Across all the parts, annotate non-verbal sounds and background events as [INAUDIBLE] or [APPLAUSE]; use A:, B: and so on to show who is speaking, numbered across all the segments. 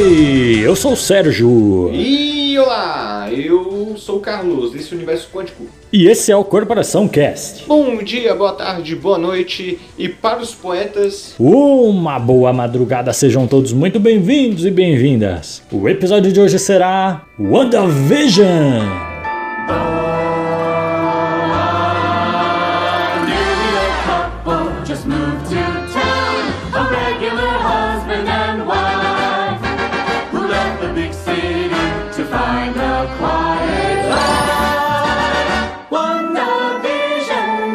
A: eu sou o Sérgio.
B: E olá, eu sou o Carlos, desse universo quântico.
A: E esse é o Corporação Cast.
B: Bom dia, boa tarde, boa noite e para os poetas.
A: Uma boa madrugada, sejam todos muito bem-vindos e bem-vindas. O episódio de hoje será WandaVision.
C: A newlywed couple just moved to town. A regular husband and wife who left the big city to find a quiet life. WandaVision.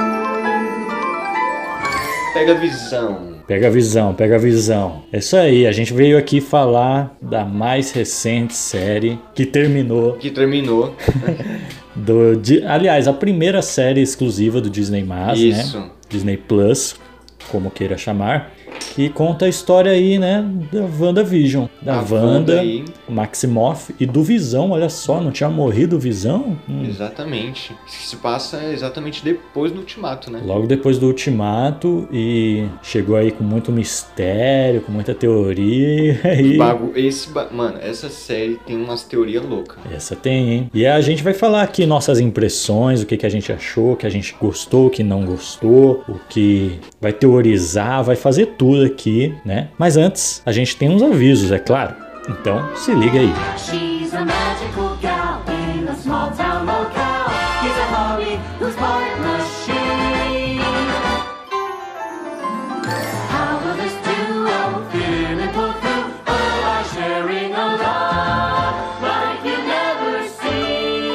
B: Pega a visão.
A: Pega a visão, pega a visão. É isso aí, a gente veio aqui falar da mais recente série que terminou
B: Que terminou.
A: do. di- aliás, a primeira série exclusiva do Disney Mas,
B: Isso.
A: né? Disney Plus, como queira chamar. Que conta a história aí, né? Da WandaVision. Da
B: A
A: Wanda,
B: Wanda aí.
A: Maximoff e do Visão, olha só, não tinha morrido o Visão? Hum.
B: Exatamente. Isso se passa exatamente depois do ultimato, né?
A: Logo depois do ultimato e chegou aí com muito mistério, com muita teoria. [LAUGHS] E...
B: Bago, esse ba- Mano, essa série tem umas teorias loucas.
A: Essa tem, hein? E a gente vai falar aqui nossas impressões, o que, que a gente achou, o que a gente gostou, o que não gostou, o que vai teorizar, vai fazer tudo aqui, né? Mas antes, a gente tem uns avisos, é claro. Então, se liga aí.
C: She's a magical gal in a small town locale. He's a hobby who's part machine. How will this duo fit and pull through? Oh, by sharing a love like you never seen.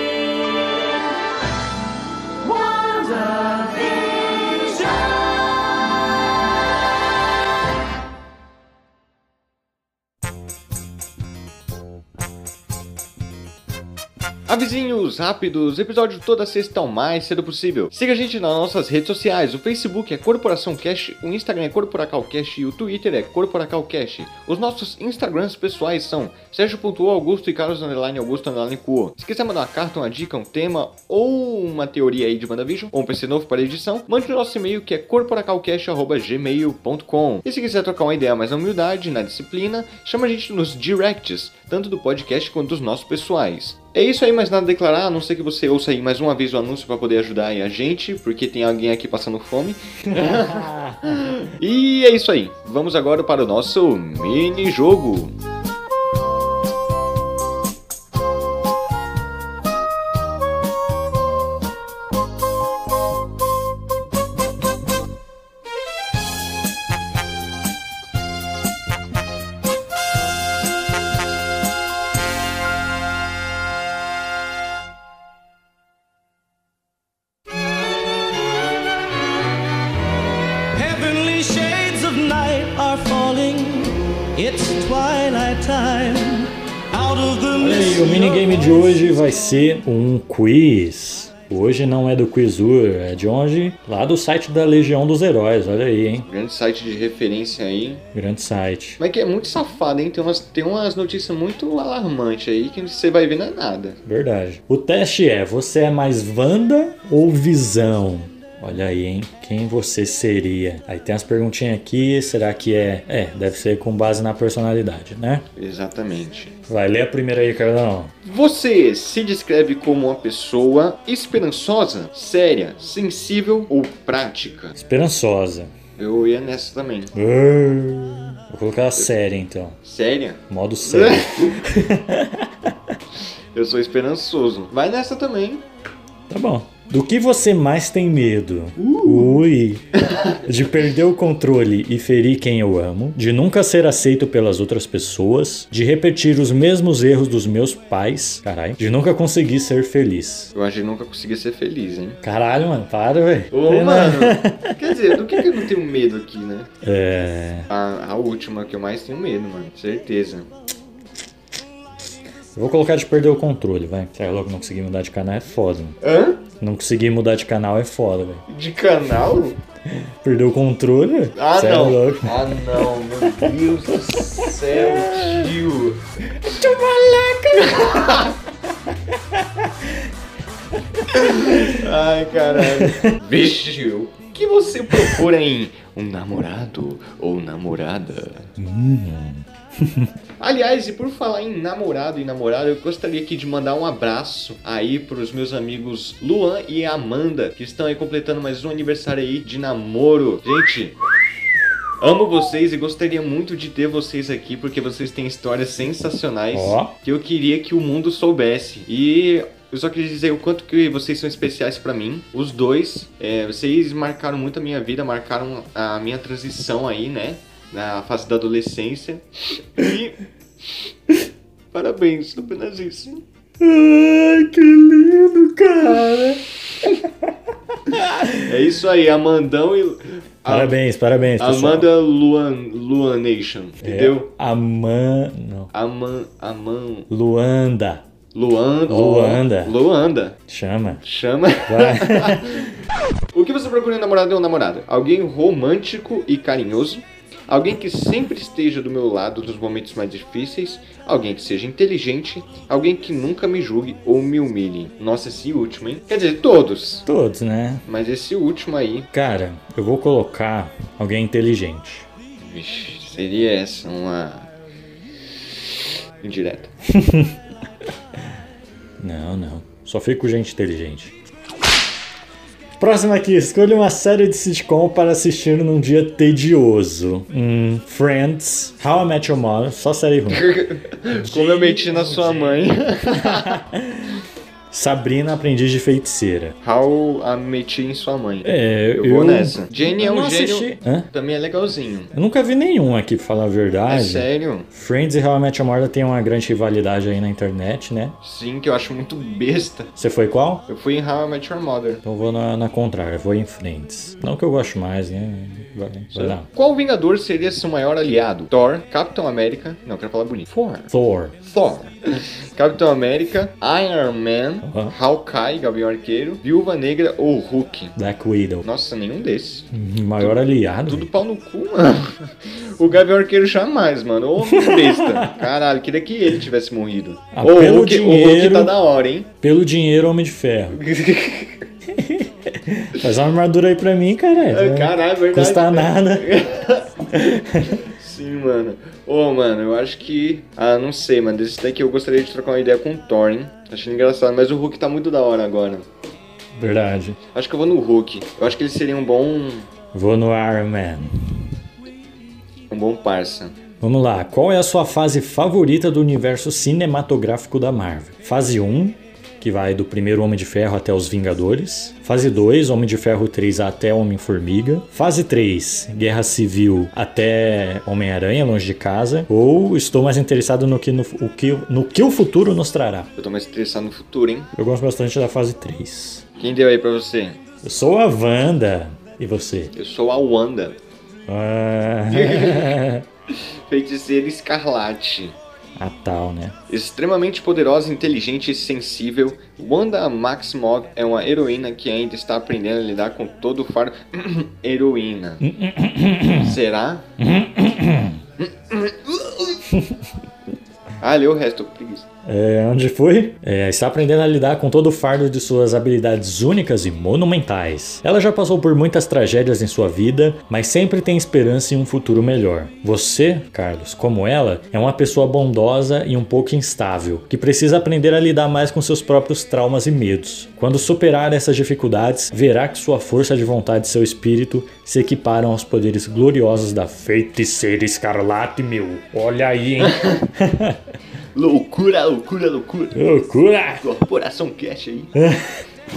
C: WandaVision.
B: Avisinhos rápidos, episódio toda sexta o mais cedo possível. Siga a gente nas nossas redes sociais, o Facebook é Corporação Cash, o Instagram é CorporacalCast e o Twitter é CorporacalCast. Os nossos Instagrams pessoais são Sérgio.augusto e Carlos Underline Augusto Underline Cuo. Se quiser mandar uma carta, uma dica, um tema ou uma teoria aí de WandaVision, ou um PC novo para edição, mande no nosso e-mail que é corporacalcast.gmail.com. E se quiser trocar uma ideia mais na humildade, na disciplina, chama a gente nos directs, tanto do podcast quanto dos nossos pessoais. É isso aí, mais nada a declarar, a não ser que você ouça aí mais uma vez o anúncio para poder ajudar aí a gente, porque tem alguém aqui passando fome. e é isso aí, vamos agora para o nosso mini-jogo.
D: Heavenly shades of night are falling. It's twilight time. Out of the
A: Olha aí, o minigame de hoje vai ser um quiz. Hoje não é do Quizur, é de onde? Lá do site da Legião dos Heróis, olha aí, hein?
B: Grande site de referência aí.
A: Grande site.
B: Mas que é muito safado, hein? Tem umas, tem umas notícias muito alarmantes aí que você vai ver não é nada.
A: Verdade. O teste é: você é mais Wanda ou Visão? Olha aí, hein? Quem você seria? Aí tem as perguntinhas aqui, será que é? É, deve ser com base na personalidade, né?
B: Exatamente.
A: Vai ler a primeira aí, Carlão.
B: Você se descreve como uma pessoa esperançosa, séria, sensível ou prática?
A: Esperançosa.
B: Eu ia nessa também.
A: Ah, Vou colocar a série então.
B: Séria?
A: Modo
B: [LAUGHS]
A: sério.
B: Eu sou esperançoso. Vai nessa também.
A: Tá bom. Do que você mais tem medo?
B: Uh.
A: Ui! De perder o controle e ferir quem eu amo, de nunca ser aceito pelas outras pessoas, de repetir os mesmos erros dos meus pais, caralho, de nunca conseguir ser feliz.
B: Eu acho que nunca consegui ser feliz, hein?
A: Caralho, mano, para, velho.
B: Ô, mano. Quer dizer, do que, que eu não tenho medo aqui, né?
A: É.
B: A, a última que eu mais tenho medo, mano. Certeza.
A: eu Vou colocar de perder o controle, vai. Será logo não conseguir mudar de canal é foda, mano.
B: Hã?
A: Não conseguir mudar de canal é foda, velho.
B: De canal?
A: Perder o controle?
B: Ah,
A: Cê é
B: não.
A: louco.
B: Ah, não. Meu Deus do céu, tio. Ai, caralho. Vixe, o que você procura em um namorado ou namorada? Aliás, e por falar em namorado e namorada, eu gostaria aqui de mandar um abraço aí pros meus amigos Luan e Amanda, que estão aí completando mais um aniversário aí de namoro. Gente, Amo vocês e gostaria muito de ter vocês aqui porque vocês têm histórias sensacionais
A: Ó.
B: que eu queria que o mundo soubesse. E eu só queria dizer o quanto que vocês são especiais pra mim, os dois. É, vocês marcaram muito a minha vida, marcaram a minha transição aí, né? Na fase da adolescência. E. Parabéns, apenas isso.
A: Ai, que lindo, cara.
B: É isso aí, Amandão e.
A: Parabéns, parabéns, pessoal.
B: Ah. Amanda Luan, Luan Nation, entendeu?
A: É, Aman... Não.
B: Aman, Aman,
A: Luanda.
B: Luanda.
A: Luanda.
B: Luanda.
A: Chama.
B: Chama.
A: Vai. [LAUGHS]
B: o que você procura em um namorado ou namorada? Alguém romântico e carinhoso. Alguém que sempre esteja do meu lado nos momentos mais difíceis. Alguém que seja inteligente. Alguém que nunca me julgue ou me humilhe. Nossa, esse último, hein? Quer dizer, todos.
A: Todos, né?
B: Mas esse último aí,
A: Cara, eu vou colocar alguém inteligente.
B: vixe, seria essa uma. Indireta.
A: Não, não. Só fico com gente inteligente. Próximo aqui, escolha uma série de sitcom para assistir num dia tedioso. Hum, Friends, How I Met Your Mother, só série [LAUGHS] ruim.
B: Como eu meti na sua mãe. [LAUGHS]
A: Sabrina, Aprendiz de Feiticeira.
B: How a meti em sua mãe.
A: É,
B: Eu vou nessa. Jenny é
A: eu
B: um
A: não
B: gênio.
A: assisti. Hã?
B: Também é legalzinho.
A: Eu nunca vi nenhum aqui, pra falar a
B: É
A: verdade.
B: sério?
A: Friends e How I Met Your Mother tem uma grande rivalidade aí na internet, né?
B: Sim, que eu acho muito besta.
A: Você foi qual?
B: Eu fui em How I Met Your Mother.
A: Então eu vou na, na contrária, vou em Friends. Não que eu gosto mais, né? Vai, vai lá.
B: Qual Vingador seria seu maior aliado? Thor, Capitão América. Não, quero falar bonito. Thor.
A: Thor. [LAUGHS]
B: Thor. Capitão América, Iron Man,
A: Aham.
B: Hawkeye, Gavião Arqueiro, Viúva Negra ou Hulk.
A: Black Widow. Uhum,
B: Nossa, nenhum desses.
A: Hum. Maior aliado. né?
B: Tudo pau no cu, mano. [LAUGHS] O Gavião Arqueiro jamais, mano.
A: [LAUGHS]
B: Ô, besta. Caralho, queria que ele tivesse morrido.
A: Ah,
B: Ô,
A: pelo
B: Hulk, o Hulk
A: dinheiro.
B: tá da
A: [LAUGHS]
B: hora, hein?
A: Pelo dinheiro, Homem de
B: [LAUGHS]
A: Ferro. Faz uma armadura aí pra mim, cara.
B: Ah, Caralho, verdade.
A: Custa
B: velho.
A: nada.
B: [LAUGHS] Sim, mano. Ô, mano, eu acho que. Ah, não sei, mano. Desse daqui eu gostaria de trocar uma ideia com o Thor, hein? Achei engraçado, mas o Hulk tá muito da hora agora.
A: Verdade.
B: Acho que eu vou no Hulk. Eu acho que ele seria um bom.
A: Vou no Iron Man.
B: um bom parça.
A: Vamos lá. Qual é a sua fase favorita do universo cinematográfico da Marvel? Fase 1, que vai do primeiro Homem de Ferro até os Vingadores. Fase 2, Homem de Ferro 3 até Homem-Formiga. Fase 3, Guerra Civil até Homem-Aranha, longe de casa. Ou estou mais interessado no que, no, o que, no que o futuro nos trará.
B: Eu tô mais estressado no futuro, hein?
A: Eu gosto bastante da fase 3.
B: Quem deu aí pra você?
A: Eu sou a Wanda. E você?
B: Eu sou a Wanda.
A: Ah, [LAUGHS]
B: Feiticeira escarlate.
A: a tal, né?
B: Extremamente poderosa, inteligente e sensível, Wanda Maximoff é uma heroína que ainda está aprendendo a lidar com todo o fardo. [COUGHS] heroína. Será? ah, leu o resto, tô com preguiça.
A: É, onde foi? É, está aprendendo a lidar com todo o fardo de suas habilidades únicas e monumentais. Ela já passou por muitas tragédias em sua vida, mas sempre tem esperança em um futuro melhor. Você, Carlos, como ela, é uma pessoa bondosa e um pouco instável, que precisa aprender a lidar mais com seus próprios traumas e medos. Quando superar essas dificuldades, verá que sua força de vontade e seu espírito se equiparam aos poderes gloriosos da feiticeira escarlate, meu. Olha
B: [LAUGHS]
A: aí, hein?
B: Loucura, loucura, loucura.
A: Loucura!
B: Corporação Cash aí.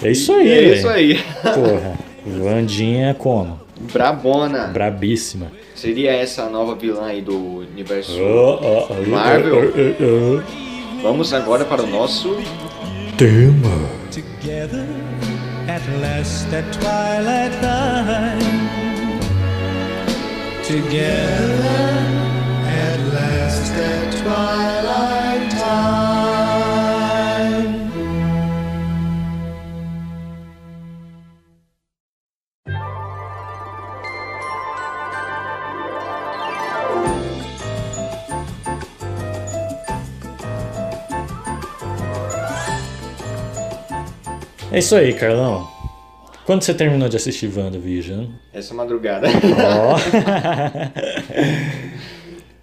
A: É isso aí,
B: é
A: velho.
B: isso aí.
A: Porra. Vandinha como?
B: Brabona.
A: Brabíssima.
B: Seria essa a nova vilã aí do universo.
A: oh, oh,
B: Marvel.
A: oh, oh, oh.
B: Vamos agora para o nosso.
A: Tema.
D: together at last at twilight time. Together at last at twilight time.
A: É isso aí, Carlão. Quando você terminou de assistir WandaVision?
B: Essa madrugada.
A: Ó. [LAUGHS]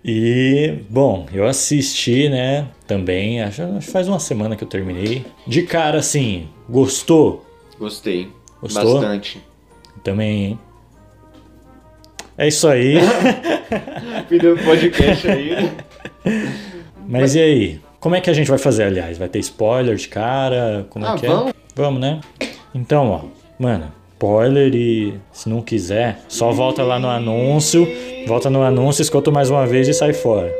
A: E, bom, eu assisti, né? Também, acho, acho que faz uma semana que eu terminei. De cara, assim, gostou?
B: [LAUGHS] Gostei.
A: Gostou?
B: Bastante.
A: Também, hein? É isso aí.
B: Fim do podcast aí.
A: Mas e aí? Como é que a gente vai fazer, aliás? Vai ter spoiler de cara? Como
B: Ah,
A: é que
B: vamos.
A: é? Vamos, né? Então, ó, mano, spoiler e se não quiser, só volta lá no anúncio, volta no anúncio, escuta mais uma vez e sai fora.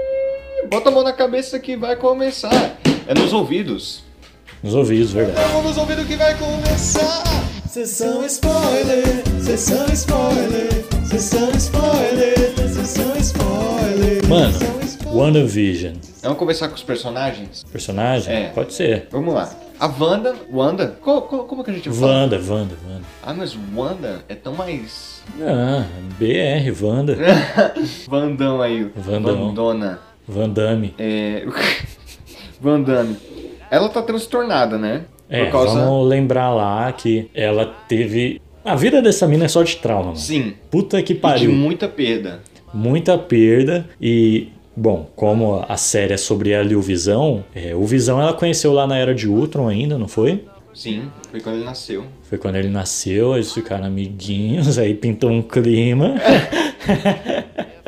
B: [LAUGHS] Bota a mão na cabeça que vai começar. É nos ouvidos.
A: Nos ouvidos, verdade.
B: Vamos nos ouvidos que vai começar.
D: Sessão spoiler, sessão spoiler, sessão spoiler, sessão spoiler.
A: Mano, WandaVision.
B: Vamos começar com os personagens?
A: Personagem?
B: É.
A: Pode ser.
B: Vamos lá. A Wanda. Wanda? Co- co- como que a gente fala?
A: Wanda, Wanda, Wanda.
B: Ah, mas Wanda é tão mais. [LAUGHS]
A: Ah, BR, Wanda.
B: Vandão aí.
A: Vandão.
B: Vandona.
A: Van Damme.
B: É. [LAUGHS] Vandame. Ela tá transtornada, né?
A: É,
B: Por causa.
A: vamos lembrar lá que ela teve. A vida dessa mina é só de trauma, mano.
B: Sim.
A: Puta que
B: E de
A: pariu.
B: muita perda.
A: muita perda e bom, como a série é sobre ela e o Visão, é, o Visão ela conheceu lá na era de Ultron ainda, não foi?
B: Sim, foi quando ele nasceu.
A: Foi quando ele nasceu, eles ficaram amiguinhos, [LAUGHS] aí pintou um clima. [LAUGHS]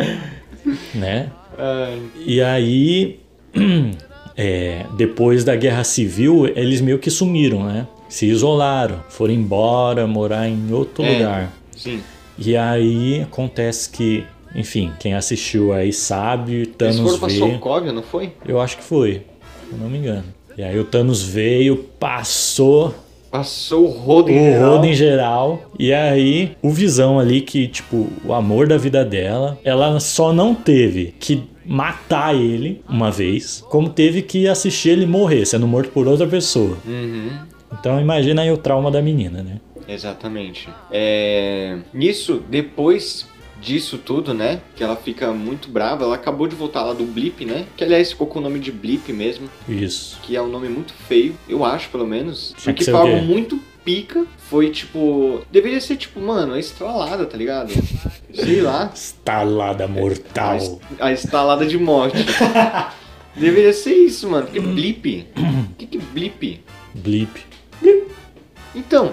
A: né?
B: Ai,
A: E aí, [CLEARS THROAT] é, depois da guerra civil, eles meio que sumiram, né? Se isolaram, foram embora, morar em outro
B: É.
A: lugar.
B: sim.
A: E aí acontece que, enfim, quem assistiu aí sabe,
B: Eles
A: Thanos
B: foram pra
A: veio.
B: Sokovia, não foi?
A: Eu acho que foi, se eu não me engano. E aí o Thanos veio, passou
B: Passou o rodo em
A: o
B: geral.
A: rodo em geral. E aí o Visão ali, que tipo, o amor da vida dela, ela só não teve que matar ele uma vez, como teve que assistir ele morrer, sendo morto por outra pessoa.
B: Uhum.
A: Então imagina aí o trauma da menina, né?
B: Exatamente. É... Nisso, depois disso tudo, né? Que ela fica muito brava. Ela acabou de voltar lá do Blip, né? Que aliás ficou com o nome de Blip mesmo.
A: Isso.
B: que é um nome muito feio, eu acho, pelo menos.
A: Tinha que
B: Porque
A: ser
B: foi
A: o
B: algo
A: quê?
B: muito pica. Foi tipo. Deveria ser tipo, mano, a estralada, tá ligado? Sei lá.
A: Estalada
B: A,
A: mortal.
B: es- a estalada
A: [LAUGHS]
B: de morte. Deveria ser isso, mano.
A: [CLEARS THROAT]
B: Porque blip. O que, que é blip?
A: Blip.
B: Então.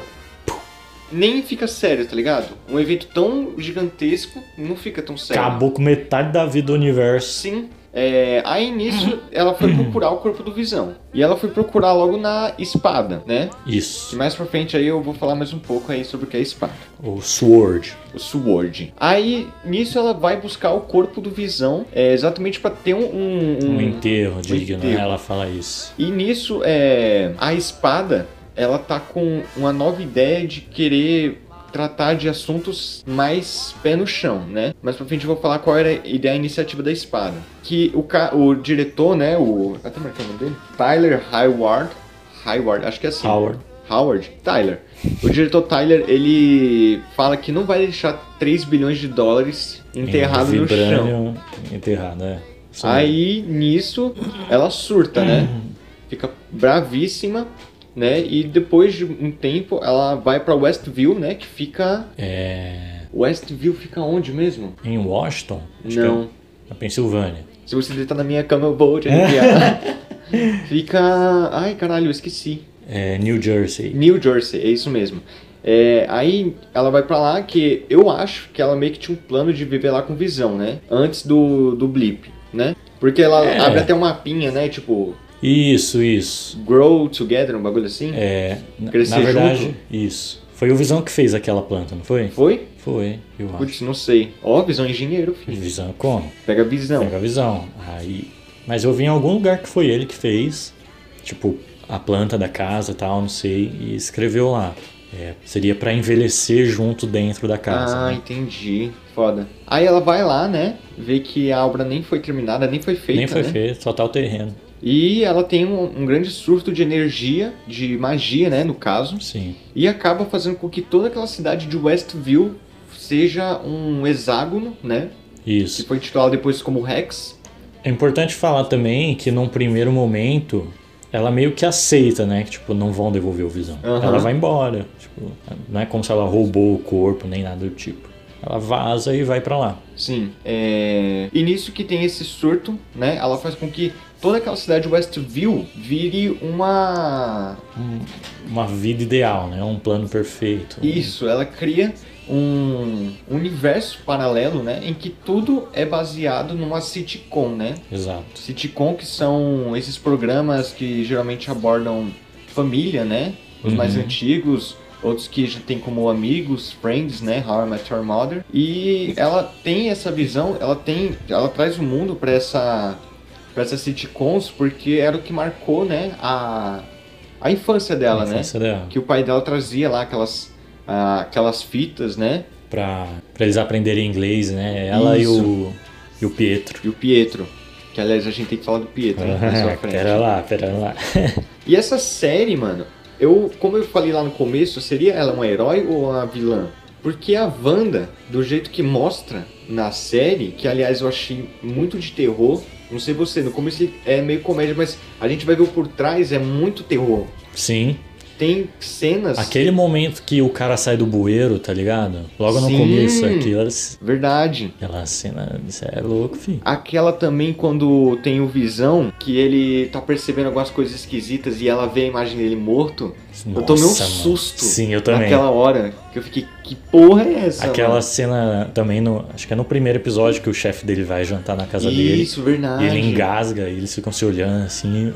B: Nem fica sério, tá ligado? Um evento tão gigantesco não fica tão sério.
A: Acabou com metade da vida do universo.
B: Sim. É, aí nisso ela foi procurar o corpo do Visão. E ela foi procurar logo na espada, né? E
A: Isso.
B: mais pra frente aí eu vou falar mais um pouco aí sobre o que é espada,
A: O Sword.
B: o Sword. Aí nisso ela vai buscar o corpo do Visão, é, exatamente pra ter um, um- um-
A: Um enterro digno, né?
B: enterro.
A: Ela fala isso.
B: E nisso é a espada, ela tá com uma nova ideia de querer tratar de assuntos mais pé no chão, né? Mas pra frente eu vou falar qual era a ideia a iniciativa da espada, que o ca... o diretor, né, o até marquei o nome dele, Tyler Hayward, Hayward, acho que é assim.
A: Howard.
B: Howard, Tyler. O diretor Tyler, ele fala que não vai deixar 3 bilhões de dólares enterrado
A: Em
B: no chão.
A: vibrânio, Enterrado, é. Isso mesmo.
B: Aí, nisso, ela surta, né?
A: Uhum.
B: Fica bravíssima, né? E depois de um tempo, ela vai pra Westview, né? Que fica...
A: É.
B: Westview fica onde mesmo?
A: Em Washington? Acho
B: Não.
A: Que é, na Pensilvânia.
B: Se você deitar na minha cama, eu vou
A: [LAUGHS]
B: te arrepiar. fica... Ai, caralho, eu esqueci.
A: É, New Jersey.
B: New Jersey, é isso mesmo. É, aí ela vai pra lá que eu acho que ela meio que tinha um plano de viver lá com visão, né? Antes do, do blip, né? Porque ela
A: É.
B: abre até um mapinha, né? Tipo,
A: Isso, isso.
B: grow together, um bagulho assim?
A: É. na-
B: Crescer
A: na verdade,
B: junto?
A: isso. Foi o Visão que fez aquela planta, não foi?
B: Foi?
A: Foi, eu acho.
B: Putz, não sei. Ó, visão engenheiro, filho.
A: Visão como?
B: Pega a visão.
A: Pega a visão. Aí. Mas eu vi em algum lugar que foi ele que fez. Tipo, a planta da casa e tal, não sei. E escreveu lá. É, seria pra envelhecer junto dentro da casa.
B: ah,
A: né?
B: entendi. Foda. Aí ela vai lá, né? Vê que a obra nem foi terminada, nem foi feita,
A: Nem foi
B: né?
A: feito, só tá o terreno.
B: E ela tem um, um grande surto de energia, de magia, né, no caso.
A: Sim.
B: E acaba fazendo com que toda aquela cidade de Westview seja um hexágono, né?
A: Isso.
B: Que foi titulado depois como Rex.
A: É importante falar também que num primeiro momento ela meio que aceita, né? Que tipo, não vão devolver o visão.
B: Aham.
A: Ela vai embora. Tipo, não é como se ela roubou o corpo nem nada do tipo. Ela vaza e vai pra lá.
B: Sim. É... E nisso que tem esse surto, né? Ela faz com que toda aquela cidade de Westview vire uma.
A: Um, Uma vida ideal, né? Um plano perfeito.
B: Isso, ela cria um universo paralelo, né? Em que tudo é baseado numa sitcom, né?
A: Exato.
B: Sitcom que são esses programas que geralmente abordam família, né? Os mais antigos, outros que já tem como amigos, friends, né? How I Met Your Mother. E ela tem essa visão, ela tem, ela traz o mundo para essa para essas sitcoms porque era o que marcou, né, a a infância dela,
A: A infância
B: né?
A: dela.
B: Que o pai dela trazia lá aquelas ah, aquelas fitas, né?
A: Pra, pra eles aprenderem inglês, né? Ela e o, e o Pietro.
B: E o Pietro. Que aliás a gente tem que falar do Pietro né, mais pra
A: [LAUGHS]
B: frente.
A: pera lá, pera lá.
B: E essa série, mano, eu, como eu falei lá no começo, seria ela um herói ou uma vilã? Porque a Wanda, do jeito que mostra na série, que aliás eu achei muito de terror, não sei você, no começo é meio comédia, mas a gente vai ver o por trás, é muito terror.
A: Sim.
B: Tem cenas.
A: Aquele momento que o cara sai do bueiro, tá ligado? Logo no
B: Sim.
A: começo aqui, ela,
B: Verdade.
A: ela cena. Isso é louco, fi.
B: Aquela também quando tem o Visão, que ele tá percebendo algumas coisas esquisitas e ela vê a imagem dele morto. eu tomei um
A: Nossa, mano.
B: susto
A: Sim, eu também.
B: naquela hora. Que eu fiquei, que porra é essa?
A: Aquela
B: mano?
A: cena também no. Acho que é no primeiro episódio que o chefe dele vai jantar na casa
B: Isso, verdade.
A: dele. E ele engasga, e eles ficam se olhando assim.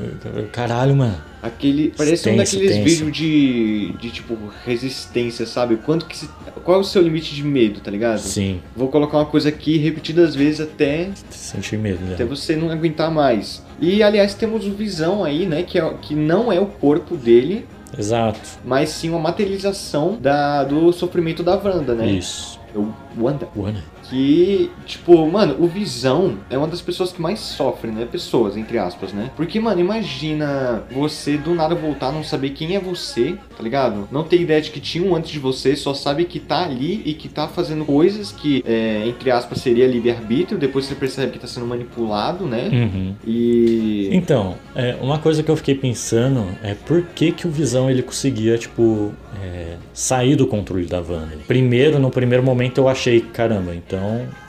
A: Caralho, mano.
B: Aquele, parece um
A: Tenso,
B: daqueles
A: tenso.
B: vídeos de, de tipo resistência, sabe? Quanto que se, qual é o seu limite de medo, tá ligado?
A: Sim,
B: Vou colocar uma coisa aqui repetidas vezes até
A: senti medo, né?
B: até você não aguentar mais. E aliás, temos o Visão aí, né, que é, que não é o corpo dele,
A: Exato.
B: mas sim uma materialização da do sofrimento da Wanda, né?
A: Isso. né?
B: O Wanda
A: Buana.
B: que, tipo, mano, o Visão é uma das pessoas que mais sofre, né? Pessoas, entre aspas, né? Porque, mano, imagina você do nada voltar, não saber quem é você, tá ligado? Não ter ideia de que tinha um antes de você, só sabe que tá ali e que tá fazendo coisas que, é, entre aspas, seria livre-arbítrio. Depois você percebe que tá sendo manipulado, né?
A: Uhum.
B: E.
A: Então, é, uma coisa que eu fiquei pensando é por que, que o Visão ele conseguia, tipo, é, sair do controle da Wanda. Primeiro, no primeiro momento eu achei, caramba, então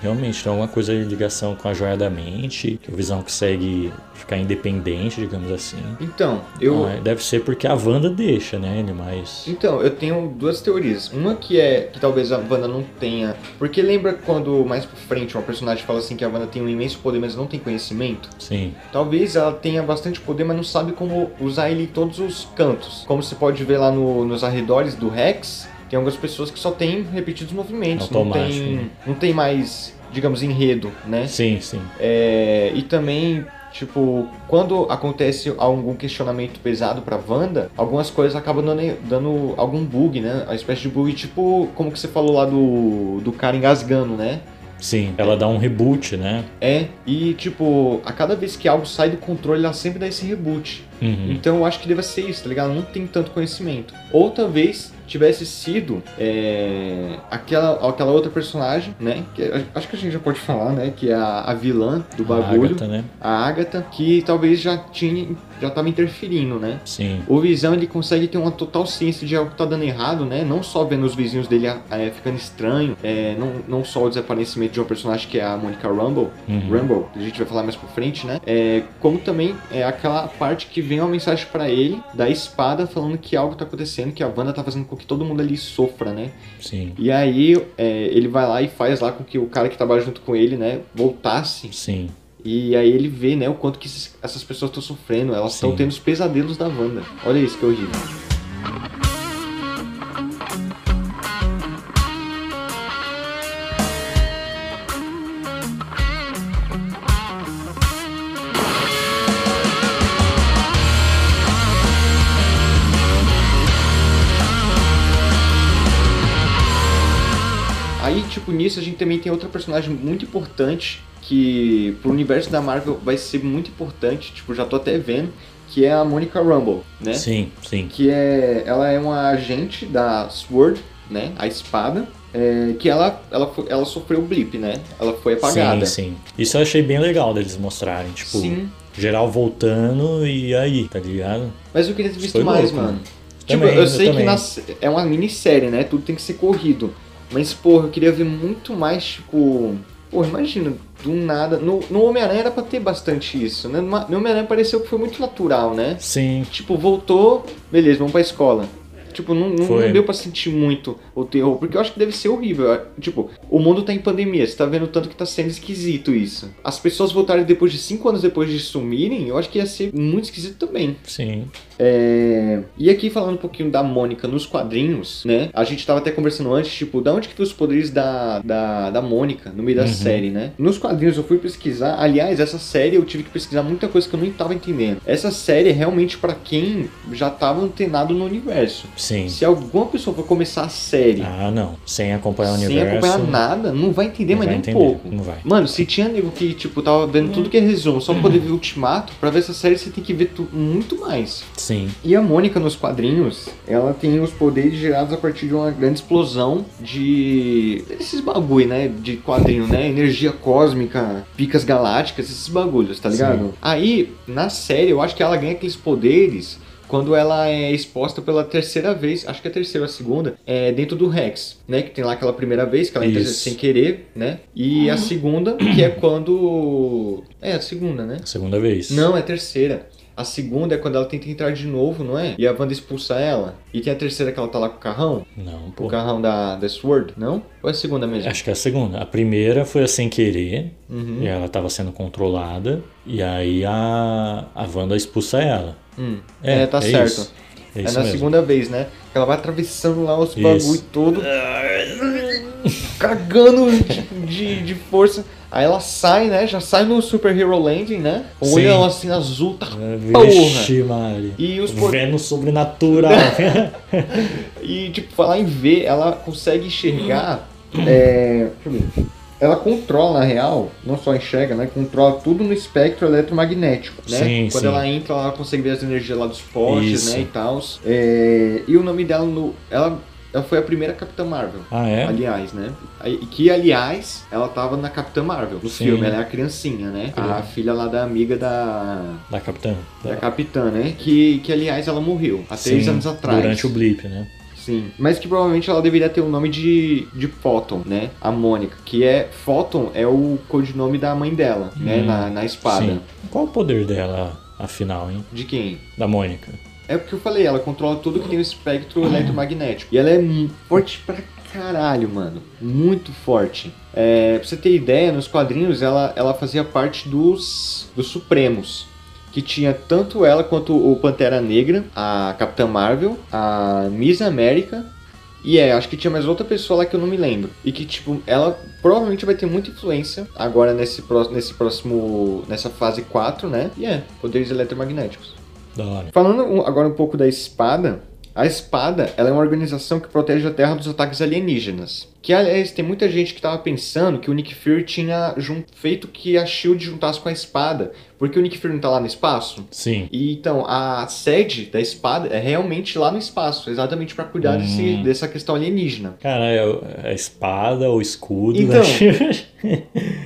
A: realmente tem alguma coisa de ligação com a joia da mente, que o Visão consegue ficar independente, digamos assim.
B: Então, eu.
A: Não, é, deve ser porque a Wanda deixa, né, ele, mas...
B: Então, eu tenho duas teorias. Uma que é que talvez a Wanda não tenha. Porque lembra quando mais pra frente uma personagem fala assim que a Wanda tem um imenso poder, mas não tem conhecimento?
A: Sim,
B: Talvez ela tenha bastante poder, mas não sabe como usar ele em todos os cantos. Como você pode ver lá no- nos arredores do Rex, tem algumas pessoas que só tem repetidos movimentos, não
A: Automático,
B: tem,
A: né?
B: não tem mais, digamos, enredo, né?
A: sim, sim.
B: É, e também, tipo, quando acontece algum questionamento pesado pra Wanda, algumas coisas acabam dando, dando algum bug, né? Uma espécie de bug, tipo, como que você falou lá do, do cara engasgando, né?
A: Sim, ela dá um reboot, né?
B: É, e tipo, a cada vez que algo sai do controle, ela sempre dá esse reboot.
A: Uhum.
B: Então eu acho que deve ser isso, tá ligado? Não tem tanto conhecimento. Ou talvez tivesse sido é, aquela, aquela outra personagem, né? Que a- acho que a gente já pode falar, né? Que é a, a vilã do bagulho.
A: A Agatha, né?
B: a Agatha, que talvez já tinha, já tava interferindo, né?
A: Sim,
B: O Visão ele consegue ter uma total ciência de algo que tá dando errado, né? Não só vendo os vizinhos dele é, ficando estranho, é, não, não só o desaparecimento de um personagem que é a Monica Rumble,
A: Uhum.
B: Rumble, que a gente vai falar mais pra frente, né? É, como também é aquela parte que vem uma mensagem pra ele da espada falando que algo tá acontecendo, que a Wanda tá fazendo com que todo mundo ali sofra, né?
A: sim,
B: E aí é, ele vai lá e faz lá com que o cara que trabalha junto com ele, né, voltasse
A: sim.
B: e aí ele vê, né, o quanto que esses- essas pessoas estão sofrendo. Elas estão
A: Sim.
B: tendo os pesadelos da Wanda. Olha isso que horrível. Aí, tipo, nisso a gente também tem outra personagem muito importante que pro universo da Marvel vai ser muito importante, tipo, já tô até vendo, que é a Monica Rumble, né?
A: Sim, sim.
B: Que é. Ela é uma agente da Sword, né? A espada. é, que ela, ela, fo- ela sofreu o blip, né? Ela foi apagada.
A: Sim, sim. Isso eu achei bem legal deles mostrarem, tipo,
B: Sim.
A: geral voltando e aí, tá ligado?
B: Mas eu queria ter visto
A: Foi
B: mais,
A: louco,
B: mano.
A: né?
B: Tipo,
A: Também,
B: eu
A: eu
B: sei que
A: também.
B: nas- é uma minissérie, né? Tudo tem que ser corrido. Mas, porra, eu queria ver muito mais, tipo. Pô, imagina, do nada. No, no Homem-Aranha era pra ter bastante isso, né? No Ma- No Homem-Aranha pareceu que foi muito natural, né?
A: Sim.
B: Tipo, voltou, beleza, vamos pra escola. Tipo, não, não-
A: Foi.
B: não deu pra sentir muito o terror, porque eu acho que deve ser horrível. Tipo, o mundo tá em pandemia, você tá vendo o tanto que tá sendo esquisito isso. As pessoas voltarem depois de cinco anos depois de sumirem, eu acho que ia ser muito esquisito também.
A: Sim.
B: É, E aqui falando um pouquinho da Mônica nos quadrinhos, né? A gente tava até conversando antes, tipo, da onde que vem os poderes da, da, da Mônica no meio da
A: Uhum.
B: série, né? Nos quadrinhos eu fui pesquisar, aliás, essa série eu tive que pesquisar muita coisa que eu nem tava entendendo. Essa série é realmente pra quem já tava antenado no universo.
A: Sim.
B: Se alguma pessoa for começar a série
A: Ah, não. Sem acompanhar o
B: sem
A: universo.
B: acompanhar nada, não vai entender
A: não
B: mais
A: vai
B: nem um
A: entender.
B: pouco.
A: Não vai.
B: Mano, se tinha nego que, tipo, tava vendo tudo que é resumo, só pra poder ver Ultimato, pra ver essa série você tem que ver tu- muito mais.
A: Sim.
B: E a Mônica nos quadrinhos, ela tem os poderes gerados a partir de uma grande explosão de. esses bagulho, né? De quadrinho, né? Energia cósmica, picas galácticas, esses bagulhos, tá ligado?
A: Sim.
B: Aí, na série, eu acho que ela ganha aqueles poderes. Quando ela é exposta pela terceira vez, acho que é a terceira ou a segunda, é dentro do Rex, né? Que tem lá aquela primeira vez, que ela entra
A: Isso.
B: sem querer, né? E a segunda, que é quando. É, a segunda, né?
A: Segunda vez.
B: Não, é a terceira. A segunda é quando ela tenta entrar de novo, não é? E a Wanda expulsa ela. E tem a terceira que ela tá lá com o carrão?
A: Não,
B: O
A: pô.
B: carrão da, da Sword, não? Ou é a segunda mesmo?
A: Acho que é a segunda. A primeira foi a sem querer.
B: Uhum.
A: E ela tava sendo controlada. E aí a, a Wanda expulsa ela.
B: Hum.
A: É,
B: É, tá
A: é
B: certo.
A: isso. É
B: É,
A: isso
B: na
A: mesmo.
B: segunda vez, né? Que ela vai atravessando lá os
A: Isso.
B: bagulho todo. cagando de, de, de força. Aí ela sai, né? Já sai no Super Hero Landing, né? Com o
A: Sim.
B: olhão assim azul, tá porra.
A: Vixe, Mari.
B: E os por-
A: Vendo sobrenatural.
B: E, tipo, falar em ver, ela consegue enxergar. É, deixa eu ver. Ela controla, na real, não só enxerga, né? Controla tudo no espectro eletromagnético, né?
A: Sim,
B: Quando
A: sim.
B: ela entra, ela consegue ver as energias lá dos postes,
A: Isso.
B: né? E tal. É, e o nome dela no. Ela, ela foi a primeira Capitã Marvel.
A: [LAUGHS] ah, é?
B: Aliás, né? Aí- Que, aliás, ela tava na Capitã Marvel, no
A: Sim. Ah.
B: filme. Ela é a criancinha, né? A filha lá da amiga da,
A: Da Capitã.
B: da Capitã, né? Que, que, aliás, ela morreu há três
A: Sim,
B: anos atrás.
A: Durante o blip, né?
B: Sim. Mas que provavelmente ela deveria ter o nome de, de Photon, né? A Mônica. Que é. Photon é o codinome da mãe dela, né?
A: Hum,
B: Na, na espada.
A: Sim. Qual o poder dela, afinal, hein?
B: De quem?
A: Da Mônica.
B: É porque eu falei, ela controla tudo que tem o espectro eletromagnético. E ela é mu- forte pra caralho, mano. Muito forte. É, pra você ter ideia, nos quadrinhos ela, ela fazia parte dos, dos Supremos. Que tinha tanto ela quanto o Pantera Negra, a Capitã Marvel, a Miss América. E é, acho que tinha mais outra pessoa lá que eu não me lembro. E que, tipo, ela provavelmente vai ter muita influência agora nesse, pró- nesse próximo. nessa fase 4, né? E é, poderes eletromagnéticos.
A: Da hora.
B: Falando um- agora um pouco da espada, a espada ela é uma organização que protege a Terra dos ataques alienígenas. Que aliás tem muita gente que tava pensando que o Nick Fury tinha jun- feito que a Shield juntasse com a espada, porque o Nick Fury não tá lá no espaço.
A: Sim.
B: E então a sede da espada é realmente lá no espaço, exatamente pra cuidar desse-
A: Hum.
B: dessa questão alienígena.
A: Cara, é a espada, o escudo.
B: Então.
A: né?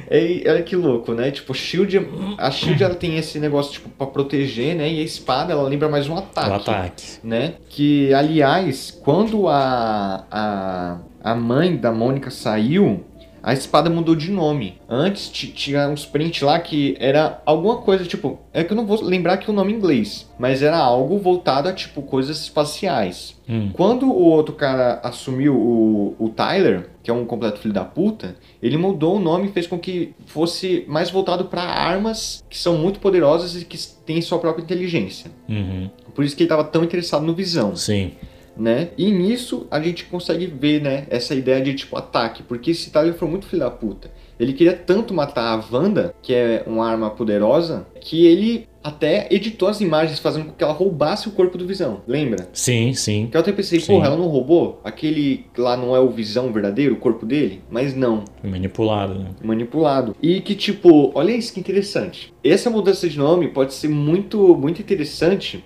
B: É, olha que louco, né? Tipo, Shield, a Shield ela tem esse negócio tipo para proteger, né? E a espada ela lembra mais um ataque.
A: o ataque.
B: né? Que, aliás, quando a, a, a mãe da Mônica saiu, a espada mudou de nome. Antes ti- tinha uns print lá que era alguma coisa, tipo, é que eu não vou lembrar que o nome em inglês, mas era algo voltado a, tipo, coisas espaciais.
A: Hum.
B: Quando o outro cara assumiu o, o Tyler, que é um completo filho da puta, ele mudou o nome e fez com que fosse mais voltado pra armas que são muito poderosas e que s- têm sua própria inteligência.
A: Uhum.
B: Por isso que ele tava tão interessado no Visão,
A: Sim.
B: né? E nisso a gente consegue ver, né, essa ideia de tipo ataque, porque esse Tyler foi muito filho da puta. Ele queria tanto matar a Wanda, que é uma arma poderosa, que ele até editou as imagens fazendo com que ela roubasse o corpo do Visão, lembra?
A: Sim, sim.
B: Que eu até pensei,
A: Sim.
B: porra, ela não roubou? Aquele lá não é o Visão verdadeiro, o corpo dele? Mas não
A: Manipulado, né?
B: manipulado. E que tipo, olha isso que interessante. Essa mudança de nome pode ser muito, muito interessante.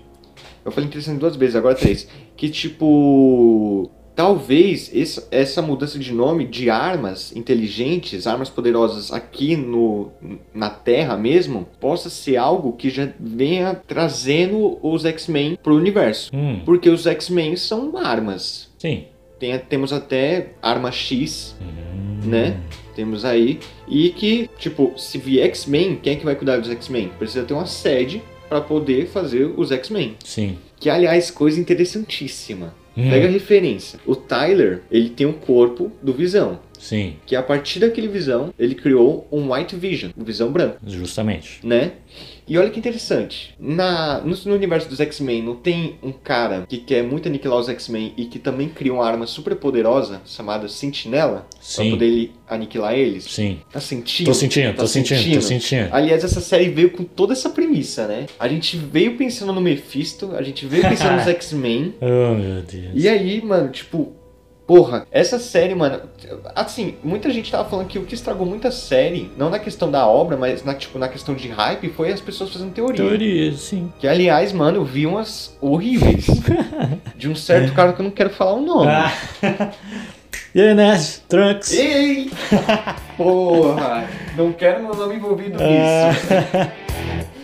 B: Eu falei interessante duas vezes, agora três. Que tipo, talvez essa, essa mudança de nome de armas inteligentes, armas poderosas aqui no na Terra mesmo, possa ser algo que já venha trazendo os X-Men pro universo.
A: Hum.
B: Porque os X-Men são armas.
A: Sim.
B: Tem- temos até arma X,
A: Hum,
B: né? Temos aí. E que, tipo, se vier X-Men, quem é que vai cuidar dos X-Men? Precisa ter uma sede pra poder fazer os X-Men.
A: Sim.
B: Que, aliás, coisa interessantíssima.
A: Hum.
B: Pega a referência. O Tyler, ele tem um corpo do Visão.
A: Sim,
B: Que a partir daquele Visão, ele criou um White Vision, um Visão branco
A: justamente.
B: né? E olha que interessante. Na, no, no universo dos X-Men não tem um cara que quer muito aniquilar os X-Men e que também cria uma arma super poderosa chamada Sentinela pra
A: Sim.
B: poder ele aniquilar eles.
A: Sim.
B: Tá sentindo?
A: Tô sentindo,
B: Tá
A: tô sentindo, tô sentindo.
B: Aliás, essa série veio com toda essa premissa, né? A gente veio pensando no Mephisto, a gente veio pensando
A: [LAUGHS]
B: nos X-Men.
A: Oh, meu Deus.
B: E aí, mano, tipo, porra, essa série, mano, assim, muita gente tava falando que o que estragou muita série, não na questão da obra, mas na, tipo, na questão de hype, foi as pessoas fazendo teoria.
A: Teoria, sim.
B: Que, aliás, mano, eu vi umas
A: [LAUGHS]
B: horríveis de um certo cara que eu não quero falar o nome.
A: É. Ah. E aí, Nerd? Trunks? [LAUGHS]
B: Ei! Porra! Não quero meu nome envolvido
A: Ah.
B: nisso.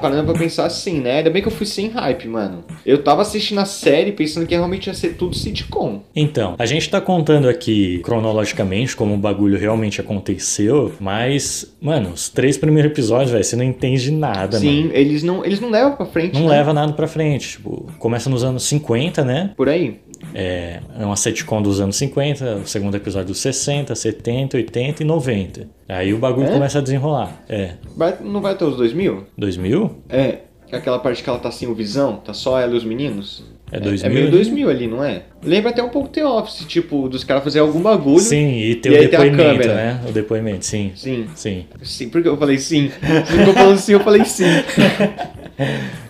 B: Parando pra pensar assim, né? Ainda bem que eu fui sem hype, mano. Eu tava assistindo a série pensando que realmente ia ser tudo sitcom.
A: Então, a gente tá contando aqui cronologicamente como o bagulho realmente aconteceu, mas, mano, os três primeiros episódios, velho, você não entende nada, mano.
B: Sim, eles não, eles não levam pra frente.
A: Não
B: né?
A: leva nada pra frente. Tipo, começa nos anos 50, né?
B: Por aí.
A: É é uma sitcom dos anos 50, o segundo episódio dos 60, 70, 80 e 90. Aí o bagulho
B: É?
A: começa a desenrolar. É.
B: Vai- não vai até os 2000?
A: 2000?
B: É. Aquela parte que ela tá sem o visão, tá só ela e os meninos.
A: É
B: É
A: 2000,
B: meio
A: né?
B: 2000 ali, não é? Lembra até um pouco The Office, tipo, dos caras fazerem algum bagulho.
A: Sim, e tem
B: E
A: o
B: aí tem a
A: depoimento,
B: câmera.
A: né? O depoimento, sim.
B: Sim.
A: Sim.
B: Sim, porque eu falei sim. Você ficou falando sim, eu falei sim. [LAUGHS]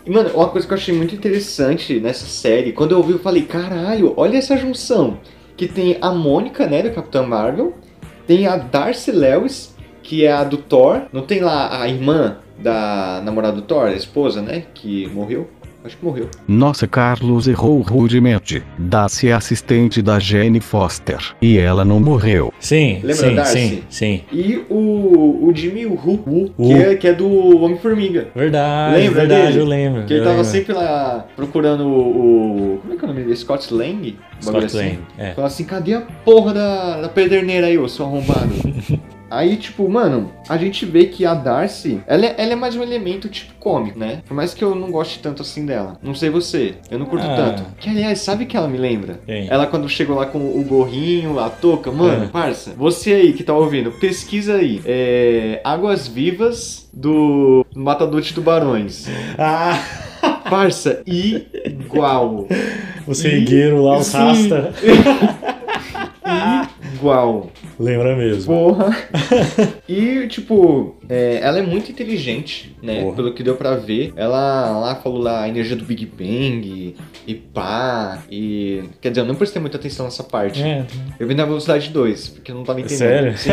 B: E, Mano, uma coisa que eu achei muito interessante nessa série, quando eu ouvi, eu falei, caralho, olha essa junção. Que tem a Mônica, né, do Capitão Marvel, tem a Darcy Lewis, que é a do Thor, não tem lá a irmã da namorada do Thor, a esposa, né, que morreu? Acho que morreu.
E: Nossa, Carlos errou rudemente. Darcy é assistente da Jane Foster. E ela não morreu.
A: Sim,
B: Lembra
A: sim,
B: da Darcy?
A: sim, sim.
B: E o, o Jimmy Woo, Woo,
A: Woo.
B: Que, é, que é do Homem-Formiga.
A: Verdade,
B: Lembra
A: verdade,
B: dele?
A: eu lembro.
B: Que ele
A: eu
B: tava
A: lembro.
B: sempre lá procurando o. o- Como é que é o nome dele? Scott Lang? Um bagulho
A: Scott Lang, é.
B: Fala assim, cadê a porra da, da pederneira aí, ô,
A: [LAUGHS]
B: seu arrombado? aí, tipo, mano, a gente vê que a Darcy, ela é, ela é mais um elemento, tipo, cômico, né? Por mais que eu não goste tanto assim dela. Não sei você, eu não curto
A: Ah.
B: tanto. Que, aliás, sabe que ela me lembra?
A: Quem?
B: Ela quando chegou lá com o gorrinho, a touca, mano,
A: É.
B: parça, você aí que tá ouvindo, pesquisa aí. É. Águas Vivas do Matador de Tubarões.
A: Ah,
B: Parça, igual.
A: o cegueiro lá, o
B: Sim.
A: rasta.
B: Igual.
A: Lembra mesmo.
B: Porra. E, tipo, é, ela é muito inteligente, né?
A: Porra.
B: Pelo que deu pra ver. Ela lá falou lá a energia do Big Bang e pá. E. Quer dizer, eu não prestei muita atenção nessa parte.
A: É,
B: Eu vi na velocidade 2, porque eu não tava entendendo.
A: sério? [LAUGHS]
B: Sim.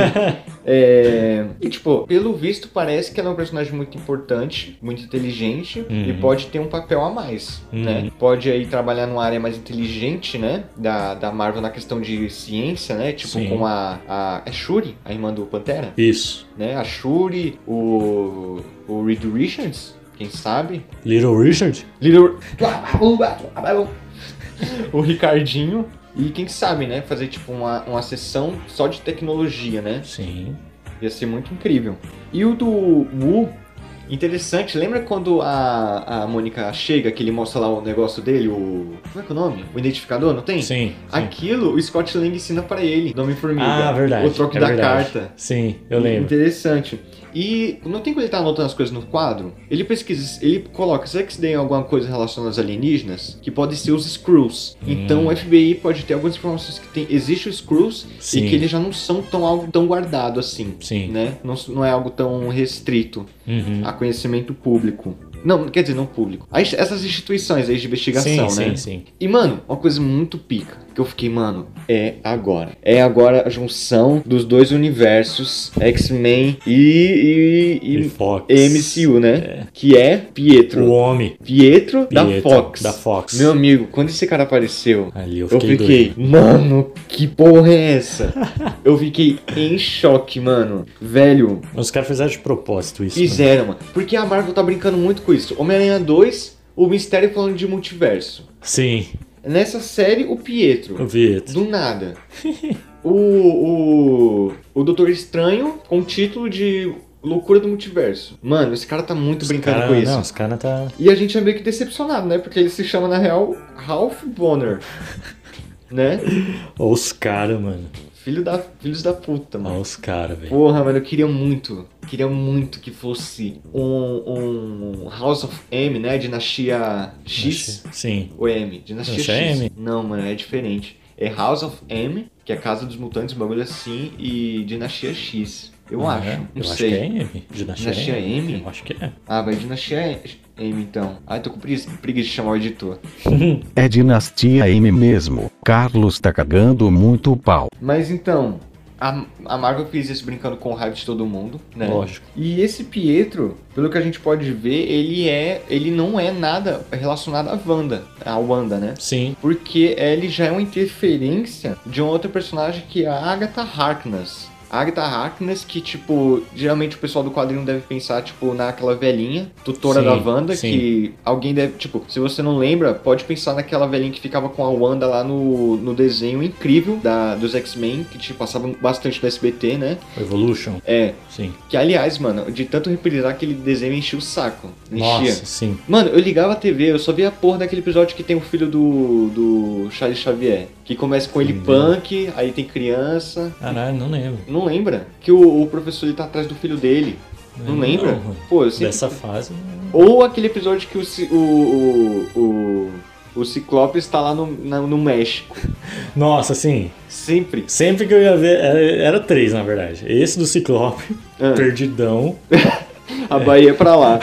B: É, E, tipo, pelo visto, parece que ela é um personagem muito importante, muito inteligente e
A: Uhum.
B: pode ter um papel a mais,
A: Uhum.
B: né? Pode aí trabalhar numa área mais inteligente, né? Da, da Marvel na questão de ciência, né? Tipo,
A: Sim.
B: com a, a. É Shuri, a irmã do Pantera,
A: Isso.
B: né? A Shuri, o. O Reed Richards, quem sabe?
A: Little Richard?
B: Little. o Ricardinho. E quem sabe, né? Fazer tipo uma, uma sessão só de tecnologia, né?
A: Sim.
B: Ia ser muito incrível. E o do Wu, interessante, lembra quando a, a Mônica chega que ele mostra lá o negócio dele, o. Como é que é o nome? O identificador, não tem?
A: Sim. sim.
B: Aquilo o Scott Lang ensina pra ele, nome formiga.
A: Ah, verdade.
B: O troco
A: é
B: da
A: verdade.
B: carta.
A: Sim, eu lembro.
B: Interessante. E não tem quando ele tá anotando as coisas no quadro? Ele pesquisa, ele coloca, será que se tem alguma coisa relacionada aos alienígenas? Que podem ser os Skrulls.
A: Hum.
B: Então o FBI pode ter algumas informações que tem, existe os Skrulls
A: Sim.
B: e que eles já não são tão algo tão guardado assim.
A: Sim.
B: Né? Não, não é algo tão restrito
A: Uhum.
B: a conhecimento público. Não, quer dizer, não público. As- Essas instituições aí de
A: Sim,
B: investigação, né?
A: sim, sim.
B: E, mano, uma coisa muito pica. que eu fiquei, mano, é agora. É agora a junção dos dois universos, X-Men e, e,
A: E Fox.
B: MCU, né? Que é
A: O
B: Pietro.
A: homem.
B: Pietro, da
A: Pietro,
B: Fox.
A: da Fox.
B: Meu amigo, quando esse cara apareceu,
A: Ali eu
B: eu
A: fiquei
B: fiquei, mano, que porra é
A: [LAUGHS]
B: essa? eu fiquei em choque, mano. Velho,
A: Os caras fizeram de propósito isso. né?
B: Fizeram, mano. Porque a Marvel tá brincando muito com isso. Homem-Aranha 2, o mistério falando de multiverso.
A: Sim,
B: Nessa série, o Pietro.
A: o Vietro.
B: Do nada. O, o, o Doutor Estranho com o título de Loucura do Multiverso. Mano, esse cara tá muito brincando
A: Cara,
B: com isso.
A: Não, os caras tá.
B: E a gente é meio que decepcionado, né? Porque ele se chama, na real, Ralph Bonner. né?
A: Ó os caras, mano.
B: Filho da, filhos da puta, mano.
A: Ó os caras, velho.
B: Porra, mano, eu queria muito, queria muito que fosse um, um House of M, né? Dinastia X
A: Sim.
B: ou M? Dinastia X.
A: Dinastia M.
B: Não, mano, é diferente. É House of M, que é a Casa dos Mutantes, um bagulho assim, e Dinastia X. Eu
A: Ah,
B: acho,
A: é?
B: não
A: Eu acho
B: sei.
A: que é M. Dinastia,
B: Dinastia
A: M.
B: M?
A: Eu acho que é.
B: Ah, vai Dinastia M então. Ah, eu tô com preguiça preguiça de chamar o editor.
E: É Dinastia M mesmo. Carlos tá cagando muito o pau.
B: Mas então, a, a Marvel fez isso brincando com o hype de todo mundo, né?
A: Lógico.
B: E esse Pietro, pelo que a gente pode ver, ele é, ele não é nada relacionado à Wanda, à Wanda, né?
A: Sim.
B: Porque ele já é uma interferência de um outro personagem que é a Agatha Harkness. A Agatha Harkness, que, tipo, geralmente o pessoal do quadrinho deve pensar, tipo, naquela velhinha, tutora
A: Sim,
B: da Wanda,
A: sim.
B: que alguém deve, tipo, se você não lembra, pode pensar naquela velhinha que ficava com a Wanda lá no, no desenho incrível da, dos X-Men, que, tipo, passava bastante no SBT, né?
A: O Evolution.
B: É,
A: Sim.
B: que, aliás, mano, de tanto reprisar aquele desenho, enchia o saco. Enchia.
A: Nossa, sim.
B: Mano, eu ligava a TV, eu só via a porra daquele episódio que tem o filho do, do Charles Xavier. Que começa com ele punk, aí tem criança.
A: Caralho, não lembro.
B: Não lembra? Que o, o professor ele tá atrás do filho dele. Não,
A: Não,
B: lembra?
A: mano.
B: Pô, eu sempre...
A: Uhum. Dessa fase. não-
B: Ou aquele episódio que o, ci- o, o, o, o Ciclope está lá no, na- no México.
A: Nossa, sim.
B: Sempre.
A: Sempre que eu ia ver. Era, era três, na verdade. Esse do Ciclope,
B: Ah.
A: Perdidão.
B: A Bahia é
A: [LAUGHS]
B: pra lá.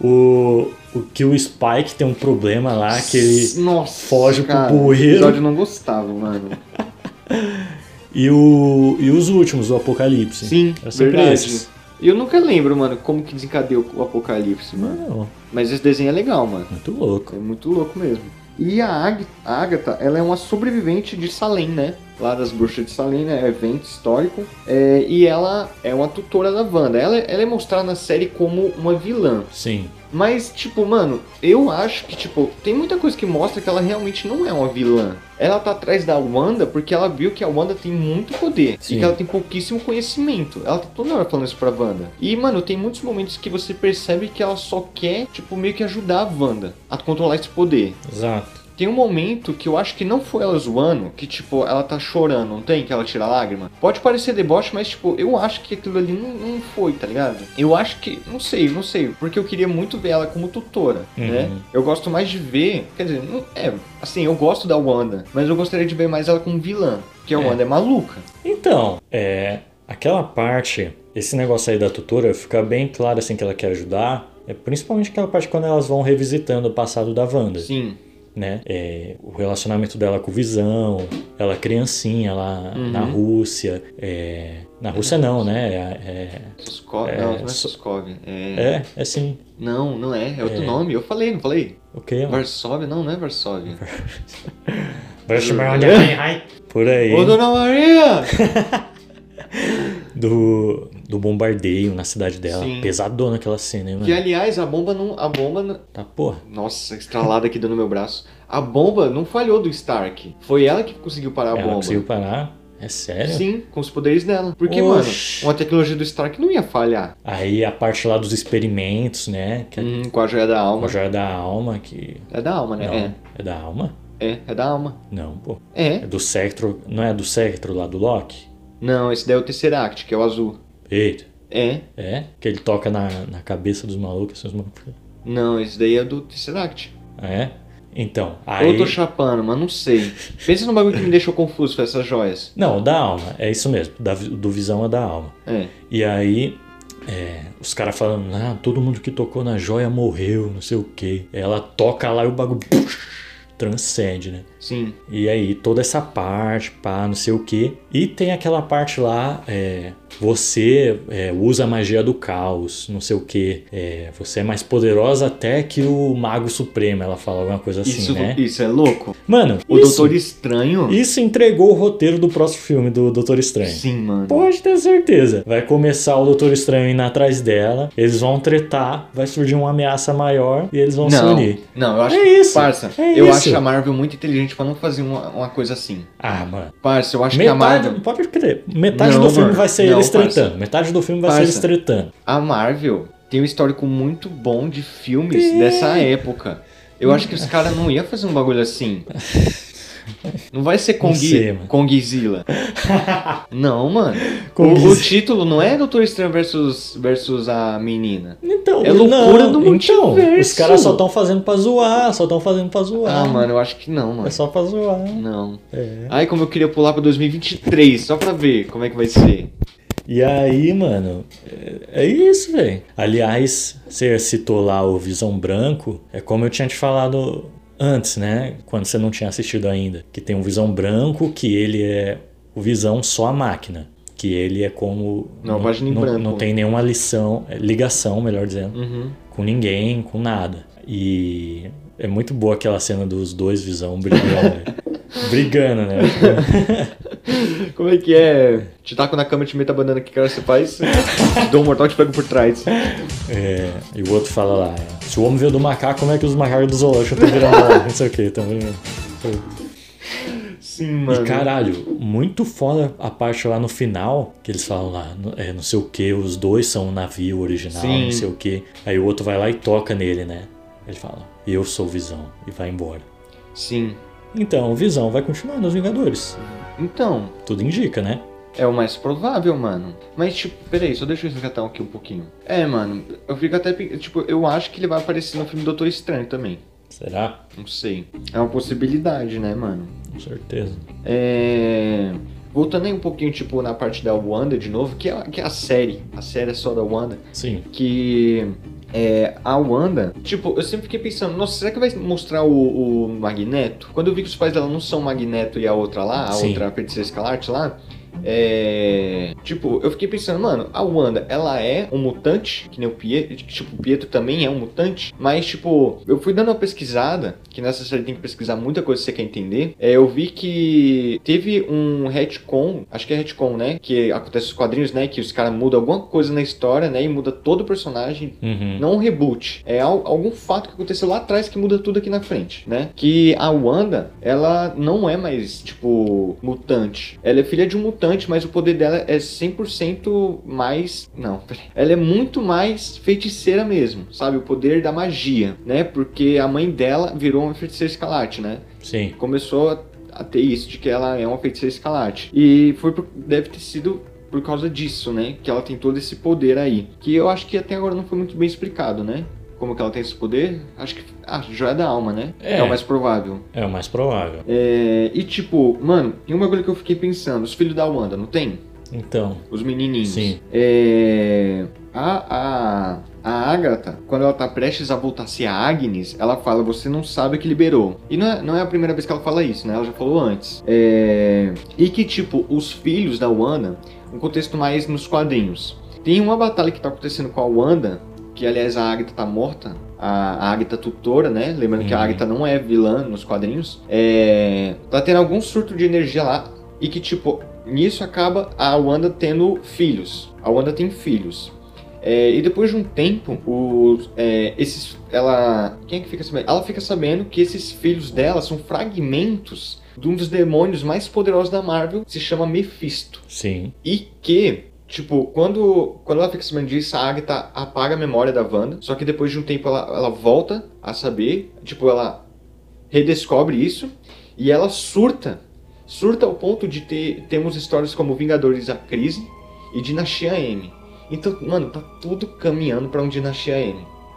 A: O, o que o Spike tem um problema lá, que ele.
B: Nossa,
A: foge pro
B: cara,
A: bueiro.
B: O episódio eu não gostava, mano.
A: E, o, e os últimos, o Apocalipse.
B: Sim,
A: Era sempre
B: verdade.
A: esses.
B: E eu nunca lembro, mano, como que desencadeou o apocalipse, mano.
A: Não,
B: Mas esse desenho é legal, mano.
A: muito
B: É
A: louco.
B: muito louco mesmo. E a, Ag a Agatha, ela é uma sobrevivente de Salem, né? Lá das bruxas de Salem, né? Evento histórico. É, e ela é uma tutora da Wanda. Ela, ela é mostrada na série como uma vilã.
A: Sim.
B: Mas, tipo, mano, eu acho que, tipo, tem muita coisa que mostra que ela realmente não é uma vilã. Ela tá atrás da Wanda porque ela viu que a Wanda tem muito poder
A: Sim.
B: e que ela tem pouquíssimo conhecimento. Ela tá toda hora falando isso pra Wanda. E, mano, tem muitos momentos que você percebe que ela só quer, tipo, meio que ajudar a Wanda a controlar esse poder.
A: Exato.
B: Tem um momento que eu acho que não foi ela zoando, que tipo, ela tá chorando, não tem? Que ela tira a lágrima. Pode parecer deboche, mas tipo, eu acho que aquilo ali não, não foi, tá ligado? Eu acho que, não sei, não sei, porque eu queria muito ver ela como tutora,
A: Uhum.
B: né? Eu gosto mais de ver, quer dizer, não, é, assim, eu gosto da Wanda, mas eu gostaria de ver mais ela como vilã, porque a
A: É.
B: Wanda é maluca.
A: Então, é, aquela parte, esse negócio aí da tutora, fica bem claro assim que ela quer ajudar. É principalmente aquela parte quando elas vão revisitando o passado da Wanda,
B: Sim,
A: né? É, o relacionamento dela com o Visão, ela é criancinha lá
B: Uhum.
A: na Rússia. é, na Rússia não, né?
B: Soskov,
A: É,
B: não, não é
A: so-
B: Soskov,
A: É,
B: é...
A: é, é sim.
B: Não, não é, é outro
A: É.
B: nome, eu falei, não falei?
A: Ok, mano.
B: Varsóvia, não, não é Varsóvia.
A: Por aí,
B: Ô, Dona Maria!
A: do, do bombardeio na cidade dela.
B: Sim.
A: Pesadona aquela cena, hein, mano?
B: Que aliás, a bomba não. A bomba. não-
A: Tá porra.
B: Nossa, estralada aqui dando meu braço. A bomba não falhou do Stark. Foi ela que conseguiu parar a
A: ela
B: bomba.
A: conseguiu parar? É sério?
B: Sim, com os poderes dela.
A: Oxi.
B: Porque, mano, uma tecnologia do Stark não ia falhar.
A: Aí a parte lá dos experimentos, né? Que é
B: Hum, com a joia da
A: a
B: alma.
A: joia da alma, que.
B: É da alma,
A: Não.
B: né?
A: É da alma?
B: É, é, é da alma.
A: Não, pô. É
B: É.
A: do Sectro. Não é do Sectro lá do Loki?
B: Não, esse daí é o Tesseract, que é o azul.
A: Eita.
B: É.
A: É? Que ele toca na, na cabeça dos malucos. Assim, os malucos...
B: Não, esse daí é do Tesseract.
A: Ah, É? Então,
B: Ou
A: aí.
B: eu tô chapando, mas não sei. Pensa no bagulho que me deixou confuso foi essas joias.
A: Não, da alma. É isso mesmo. Da, vi- do visão é da alma.
B: É.
A: E aí, é, os caras falando, ah, todo mundo que tocou na joia morreu, não sei o que. Ela toca lá e o bagulho puf, transcende, né?
B: Sim.
A: E aí, toda essa parte, pá, não sei o quê. E tem aquela parte lá, é, você é, usa a magia do caos, não sei o quê. É, você é mais poderosa até que o Mago Supremo, ela fala alguma coisa assim,
B: isso,
A: né?
B: isso é louco.
A: Mano,
B: O
A: isso,
B: Doutor Estranho.
A: isso entregou o roteiro do próximo filme do Doutor Estranho.
B: Sim, mano.
A: Pode ter certeza. Vai começar o Doutor Estranho indo atrás dela, eles vão tretar, vai surgir uma ameaça maior e eles vão se
B: não,
A: unir.
B: não, eu acho
A: É
B: que-
A: isso,
B: Parça,
A: é
B: eu
A: isso.
B: acho a Marvel muito inteligente pra não fazer uma, uma coisa assim.
A: Ah, mano.
B: Parça, eu acho que a
A: Metade,
B: Marvel.
A: pode crer, metade
B: Não,
A: do filme
B: mano.
A: vai ser
B: Não,
A: eles
B: parça.
A: tretando. Metade do filme vai ser
B: Parça.
A: eles tretando.
B: A Marvel tem um histórico muito bom de filmes dessa época. Eu acho que os caras não iam fazer um bagulho
A: [LAUGHS]
B: assim. Não vai ser Kong,
A: sei, mano. [LAUGHS]
B: Kongzilla. Não, mano. O,
A: Kongzilla.
B: o título não é Doutor Estranho versus, versus a menina.
A: Então,
B: É loucura
A: não,
B: do
A: então, os
B: multiverso.
A: caras só estão fazendo pra zoar, só estão fazendo pra zoar.
B: Ah, mano, eu acho que não, mano.
A: É só pra zoar.
B: Não.
A: É.
B: Ai, como eu queria pular pra 2023, só pra ver como é que vai ser.
A: E aí, mano, é, é isso, velho. Aliás, você citou lá o Visão Branco, é como eu tinha te falado antes, né? Quando você não tinha assistido ainda. Que tem um Visão Branco que ele é o Visão só a máquina. Que ele é como.
B: Não, página em branco.
A: não tem nenhuma lição, é, ligação, melhor dizendo,
B: Uhum.
A: com ninguém, com nada. E é muito boa aquela cena dos dois Visão brigando.
B: [LAUGHS]
A: né? brigando, né?
B: Como é que é? Te taco na cama e te meto a banana que cara você [LAUGHS] faz? te dou um mortal e te pego por trás.
A: É, e o outro fala lá, é, se o homem veio do macaco, como é que os macacos do zoológico estão virando
B: [LAUGHS]
A: homem? Não sei o que, também.
B: Sim,
A: E
B: mano.
A: caralho, muito foda a parte lá no final, que eles falam lá, no- é, não sei o que, os dois são um navio original,
B: Sim.
A: não sei o que. Aí o outro vai lá e toca nele, né? Ele fala, eu sou o Visão, e vai embora.
B: Sim.
A: Então, o Visão vai continuar nos Vingadores.
B: Então,
A: Tudo indica, né?
B: é o mais provável, mano. Mas, tipo, peraí, só deixa eu resgatar aqui um pouquinho. É, mano, eu fico até. pe- Tipo, eu acho que ele vai aparecer no filme Doutor Estranho também.
A: Será?
B: Não sei. É uma possibilidade, né, mano?
A: Com certeza.
B: É. Voltando aí um pouquinho, tipo, na parte da Wanda de novo, que é, que é a série. A série é só da Wanda.
A: Sim.
B: que é, a Wanda, tipo, eu sempre fiquei pensando, nossa, será que vai mostrar o, o Magneto? Quando eu vi que os pais dela não são Magneto e a outra lá, a
A: Sim.
B: outra Feiticeira Escalarte lá, é, tipo, eu fiquei pensando, mano, a Wanda, ela é um mutante, que nem o Pietro, tipo, o Pietro também é um mutante, mas, tipo, eu fui dando uma pesquisada, que nessa série tem que pesquisar muita coisa se você quer entender, é, eu vi que teve um retcon, acho que é retcon, né, que acontece nos quadrinhos, né, que os caras mudam alguma coisa na história, né, e muda todo o personagem,
A: Uhum.
B: não um reboot, é al- algum fato que aconteceu lá atrás que muda tudo aqui na frente, né? Que a Wanda, ela não é mais, tipo, mutante. Ela é filha de um mutante, mas o poder dela é 100% mais. Não, [LAUGHS] peraí. Ela é muito mais feiticeira mesmo, sabe? O poder da magia, né? Porque a mãe dela virou uma feiticeira escalate, né?
A: Sim.
B: começou a- a ter isso de que ela é uma feiticeira escalate. E foi por- deve ter sido por causa disso, né? Que ela tem todo esse poder aí. Que eu acho que até agora não foi muito bem explicado, né? Como que ela tem esse poder? Acho que. Ah, joia da alma, né?
A: É.
B: o mais provável.
A: É o mais provável.
B: É, e tipo, mano, tem uma coisa que eu fiquei pensando: os filhos da Wanda, não tem?
A: Então,
B: Os menininhos.
A: Sim.
B: É, a, a, a Agatha, quando ela tá prestes a voltar a ser a Agnes, ela fala, você não sabe o que liberou. E não é, não é a primeira vez que ela fala isso, né? Ela já falou antes. É, e que, tipo, os filhos da Wanda, um contexto mais nos quadrinhos. Tem uma batalha que tá acontecendo com a Wanda, que, aliás, a Agatha tá morta. A, a Agatha tutora, né? Lembrando que a
A: Uhum.
B: Agatha não é vilã nos quadrinhos. É, tá tendo algum surto de energia lá. E que, tipo, nisso acaba a Wanda tendo filhos. A Wanda tem filhos. É, e depois de um tempo, os, é, esses, ela, quem é que fica sabendo? Ela fica sabendo que esses filhos dela são fragmentos de um dos demônios mais poderosos da Marvel, que se chama Mephisto.
A: sim.
B: E que, tipo, quando, quando ela fica sabendo disso, a Agatha apaga a memória da Wanda. Só que depois de um tempo ela, ela volta a saber. Tipo, ela redescobre isso. E ela surta. Surta ao ponto de ter temos histórias como Vingadores da Crise e Dinastia M. Então, mano, tá tudo caminhando pra um Dinastia M.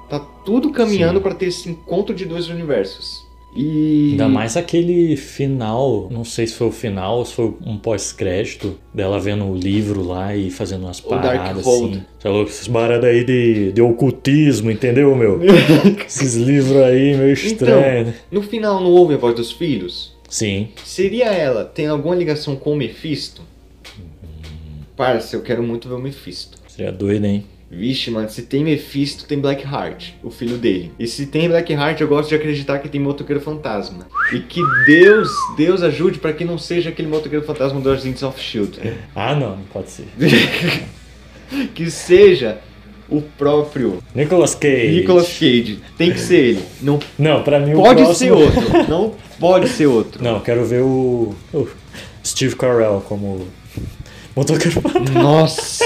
B: Tá tudo caminhando
A: Sim.
B: pra ter esse encontro de dois universos. E.
A: Ainda mais aquele final, não sei se foi o final ou se foi um pós-crédito, dela vendo o livro lá e fazendo umas paradas
B: Darkhold.
A: assim. Você é louco, essas paradas aí de, de ocultismo, entendeu,
B: [LAUGHS]
A: meu? Esses livros aí meio
B: Então.
A: estranhos. né?
B: No final não houve a voz dos filhos?
A: Sim.
B: Seria ela? Tem alguma ligação com o Mephisto?
A: Uhum.
B: Parça, eu quero muito ver o Mephisto.
A: Seria doido, hein?
B: Vixe, mano, se tem Mephisto, tem Blackheart, o filho dele. E se tem Blackheart, eu gosto de acreditar que tem motoqueiro fantasma. E que Deus, Deus ajude pra que não seja aquele motoqueiro fantasma do Agents of
A: [LAUGHS]
B: Shield.
A: Ah, não, não pode ser.
B: Que seja o próprio
A: Nicolas Cage.
B: Nicolas Cage. Tem que ser ele. Não
A: Não, pra mim o
B: pode
A: próximo...
B: ser outro. Não pode ser
A: [LAUGHS]
B: outro.
A: Não, quero ver o, o Steve Carell como motoqueiro fantasma.
B: Nossa!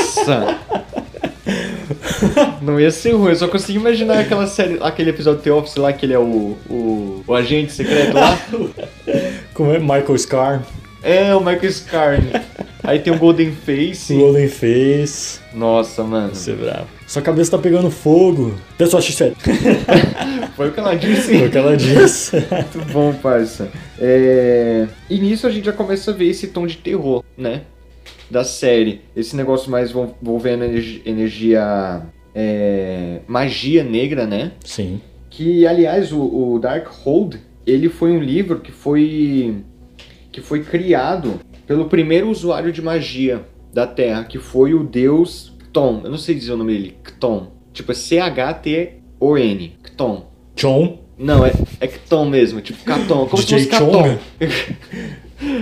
B: Não ia ser ruim, eu só consegui imaginar aquela série, aquele episódio do The Office lá que ele é o, o, o agente secreto lá.
A: Como é Michael Scar,
B: É, o Michael Scarne. Aí tem o Golden Face.
A: Golden Face.
B: Nossa, mano.
A: Você é bravo. Sua cabeça tá pegando fogo. Pessoal, x
B: [LAUGHS] Foi o que ela disse.
A: Foi o que ela disse.
B: Muito bom, parça. É... E nisso a gente já começa a ver esse tom de terror, né? Da série. Esse negócio mais vol- envolvendo energi- energia. é, Magia negra, né?
A: Sim.
B: Que, aliás, o, o Darkhold, ele foi um livro que foi que foi criado pelo primeiro usuário de magia da Terra, que foi o deus Cton. Eu não sei dizer o nome dele, Cton. Tipo, é C-H-T-O-N, Cton.
A: John.
B: Não, é, é Cton mesmo, tipo Caton. Como
A: DJ
B: se fosse Caton.
A: Chonga?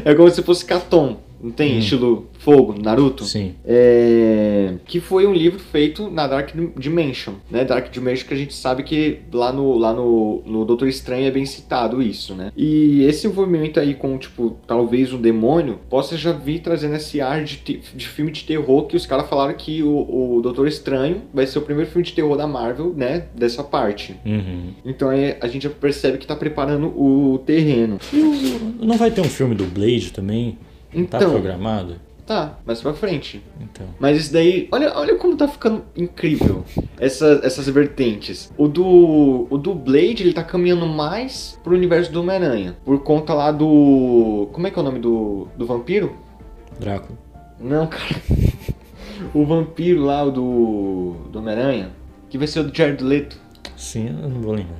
B: [LAUGHS] é como se fosse Caton. Não tem estilo fogo, Naruto?
A: Sim.
B: É, que foi um livro feito na Dark Dimension, né? Dark Dimension que a gente sabe que lá no, lá no, no Doutor Estranho é bem citado isso, né? E esse envolvimento aí com, tipo, talvez um demônio, possa já vir trazendo esse ar de, te- de filme de terror que os caras falaram que o, o Doutor Estranho vai ser o primeiro filme de terror da Marvel, né? Dessa parte.
A: Uhum.
B: Então aí a gente já percebe que tá preparando o terreno.
A: E o- não vai ter um filme do Blade também? Não Tá
B: Então.
A: programado?
B: Tá, mais pra frente.
A: Então.
B: Mas isso daí, olha, olha como tá ficando incrível essa- essas vertentes. O do, o do Blade, ele tá caminhando mais pro universo do Homem-Aranha. Por conta lá do. Como é que é o nome do, do vampiro?
A: Drácula.
B: Não, cara. [LAUGHS] O vampiro lá, o do, do Homem-Aranha, que vai ser o do Jared Leto.
A: Sim, eu não vou lembrar.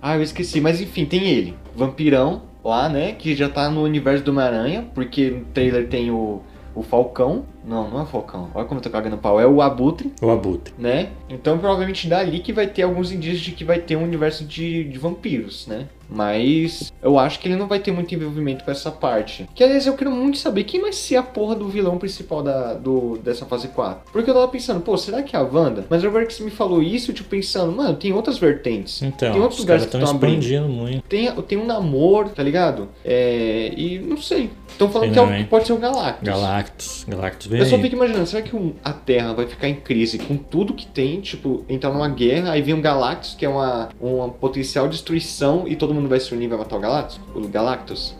B: Ah, eu esqueci, mas enfim, tem ele. Vampirão lá, né? Que já tá no universo do Homem-Aranha, porque no trailer tem o, o Falcão. Não, não é o Falcão. Olha como eu tô cagando pau. É o Abutre.
A: O Abutre.
B: né? Então provavelmente dali que vai ter alguns indícios de que vai ter um universo de, de vampiros, né? Mas eu acho que ele não vai ter muito envolvimento com essa parte. Que aliás eu quero muito saber quem vai ser a porra do vilão principal da, do, dessa fase 4. Porque eu tava pensando, pô, será que é a Wanda? Mas agora que você me falou isso, eu tipo pensando, mano, tem outras vertentes. tem
A: Então,
B: outros
A: os caras
B: lugares que
A: estão
B: estão abrindo.
A: expandindo muito.
B: Tem, tem um namoro, tá ligado? É, e não sei. Estão
A: Sei
B: falando que é o-
A: não, hein?
B: pode ser o Galactus.
A: Galactus. Galactus vem
B: Eu só
A: aí.
B: fico imaginando, será que um- a Terra vai ficar em crise com tudo que tem, tipo, entrar numa guerra, aí vem um Galactus, que é uma, uma potencial destruição, e todo mundo vai se unir e vai matar o Galactus? O Galactus?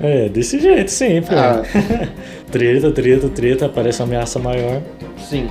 A: É, desse jeito sempre.
B: Ah.
A: né? [LAUGHS] Treta, treta, treta. Aparece uma ameaça maior.
B: Sim.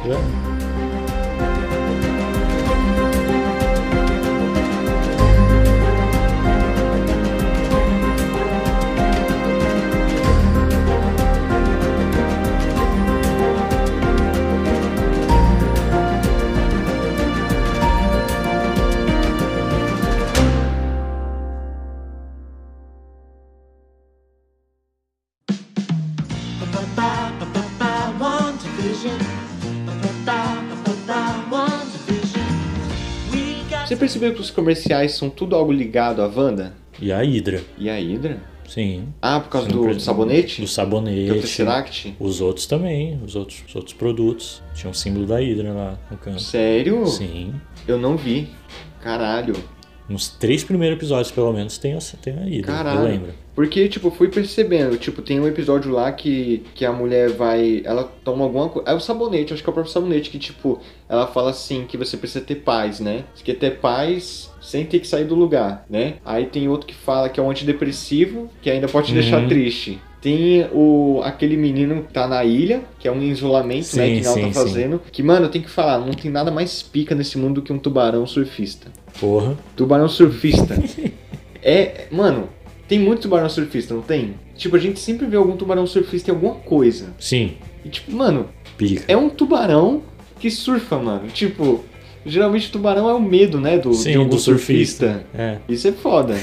B: Você percebeu que os comerciais são tudo algo ligado à Wanda?
A: E a Hydra.
B: E a Hydra?
A: Sim.
B: Ah, por causa
A: Você não
B: do,
A: perce-
B: do sabonete?
A: Do
B: Do
A: sabonete.
B: Tesseract?
A: Os outros também, os outros, os outros produtos. Tinha um símbolo da Hydra lá no canto.
B: Sério?
A: Sim.
B: Eu não vi. Caralho.
A: Nos três primeiros episódios, pelo menos, tem, essa- tem a Hydra,
B: Caralho.
A: eu lembro.
B: Porque, tipo, eu fui percebendo, tipo, tem um episódio lá que, que a mulher vai. Ela toma alguma coisa. É o sabonete, acho que é o próprio sabonete, que, tipo, ela fala assim que você precisa ter paz, né? Você quer ter paz sem ter que sair do lugar, né? Aí tem outro que fala que é um antidepressivo, que ainda pode te deixar
A: Uhum.
B: triste. Tem o aquele menino que tá na ilha, que é um isolamento, né?
A: Sim,
B: Que ela tá
A: sim,
B: fazendo. Que, mano, eu tenho que falar, não tem nada mais pica nesse mundo do que um tubarão surfista.
A: Porra.
B: Tubarão surfista. É. Mano, tem muito tubarão surfista, não tem? Tipo, a gente sempre vê algum tubarão surfista em alguma coisa.
A: Sim,
B: E, tipo, mano,
A: pica.
B: é um tubarão que surfa, mano. Tipo, geralmente o tubarão é o medo, né? Do,
A: Sim,
B: de algum
A: do surfista.
B: surfista.
A: É.
B: Isso é
A: [LAUGHS]
B: foda.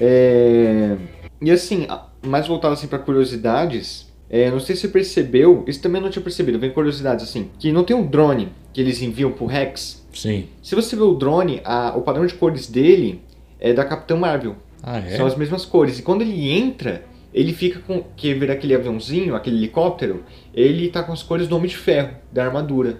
B: É, E assim, a- mais voltado assim para curiosidades, é, não sei se você percebeu, isso também eu não tinha percebido, vem curiosidades assim, que não tem um drone que eles enviam pro Rex.
A: Sim.
B: Se você vê o drone, a- o padrão de cores dele é da Capitã Marvel.
A: Ah, é?
B: São as mesmas cores. E quando ele entra, ele fica com. Que vira aquele aviãozinho, aquele helicóptero, ele tá com as cores do Homem de Ferro, da armadura.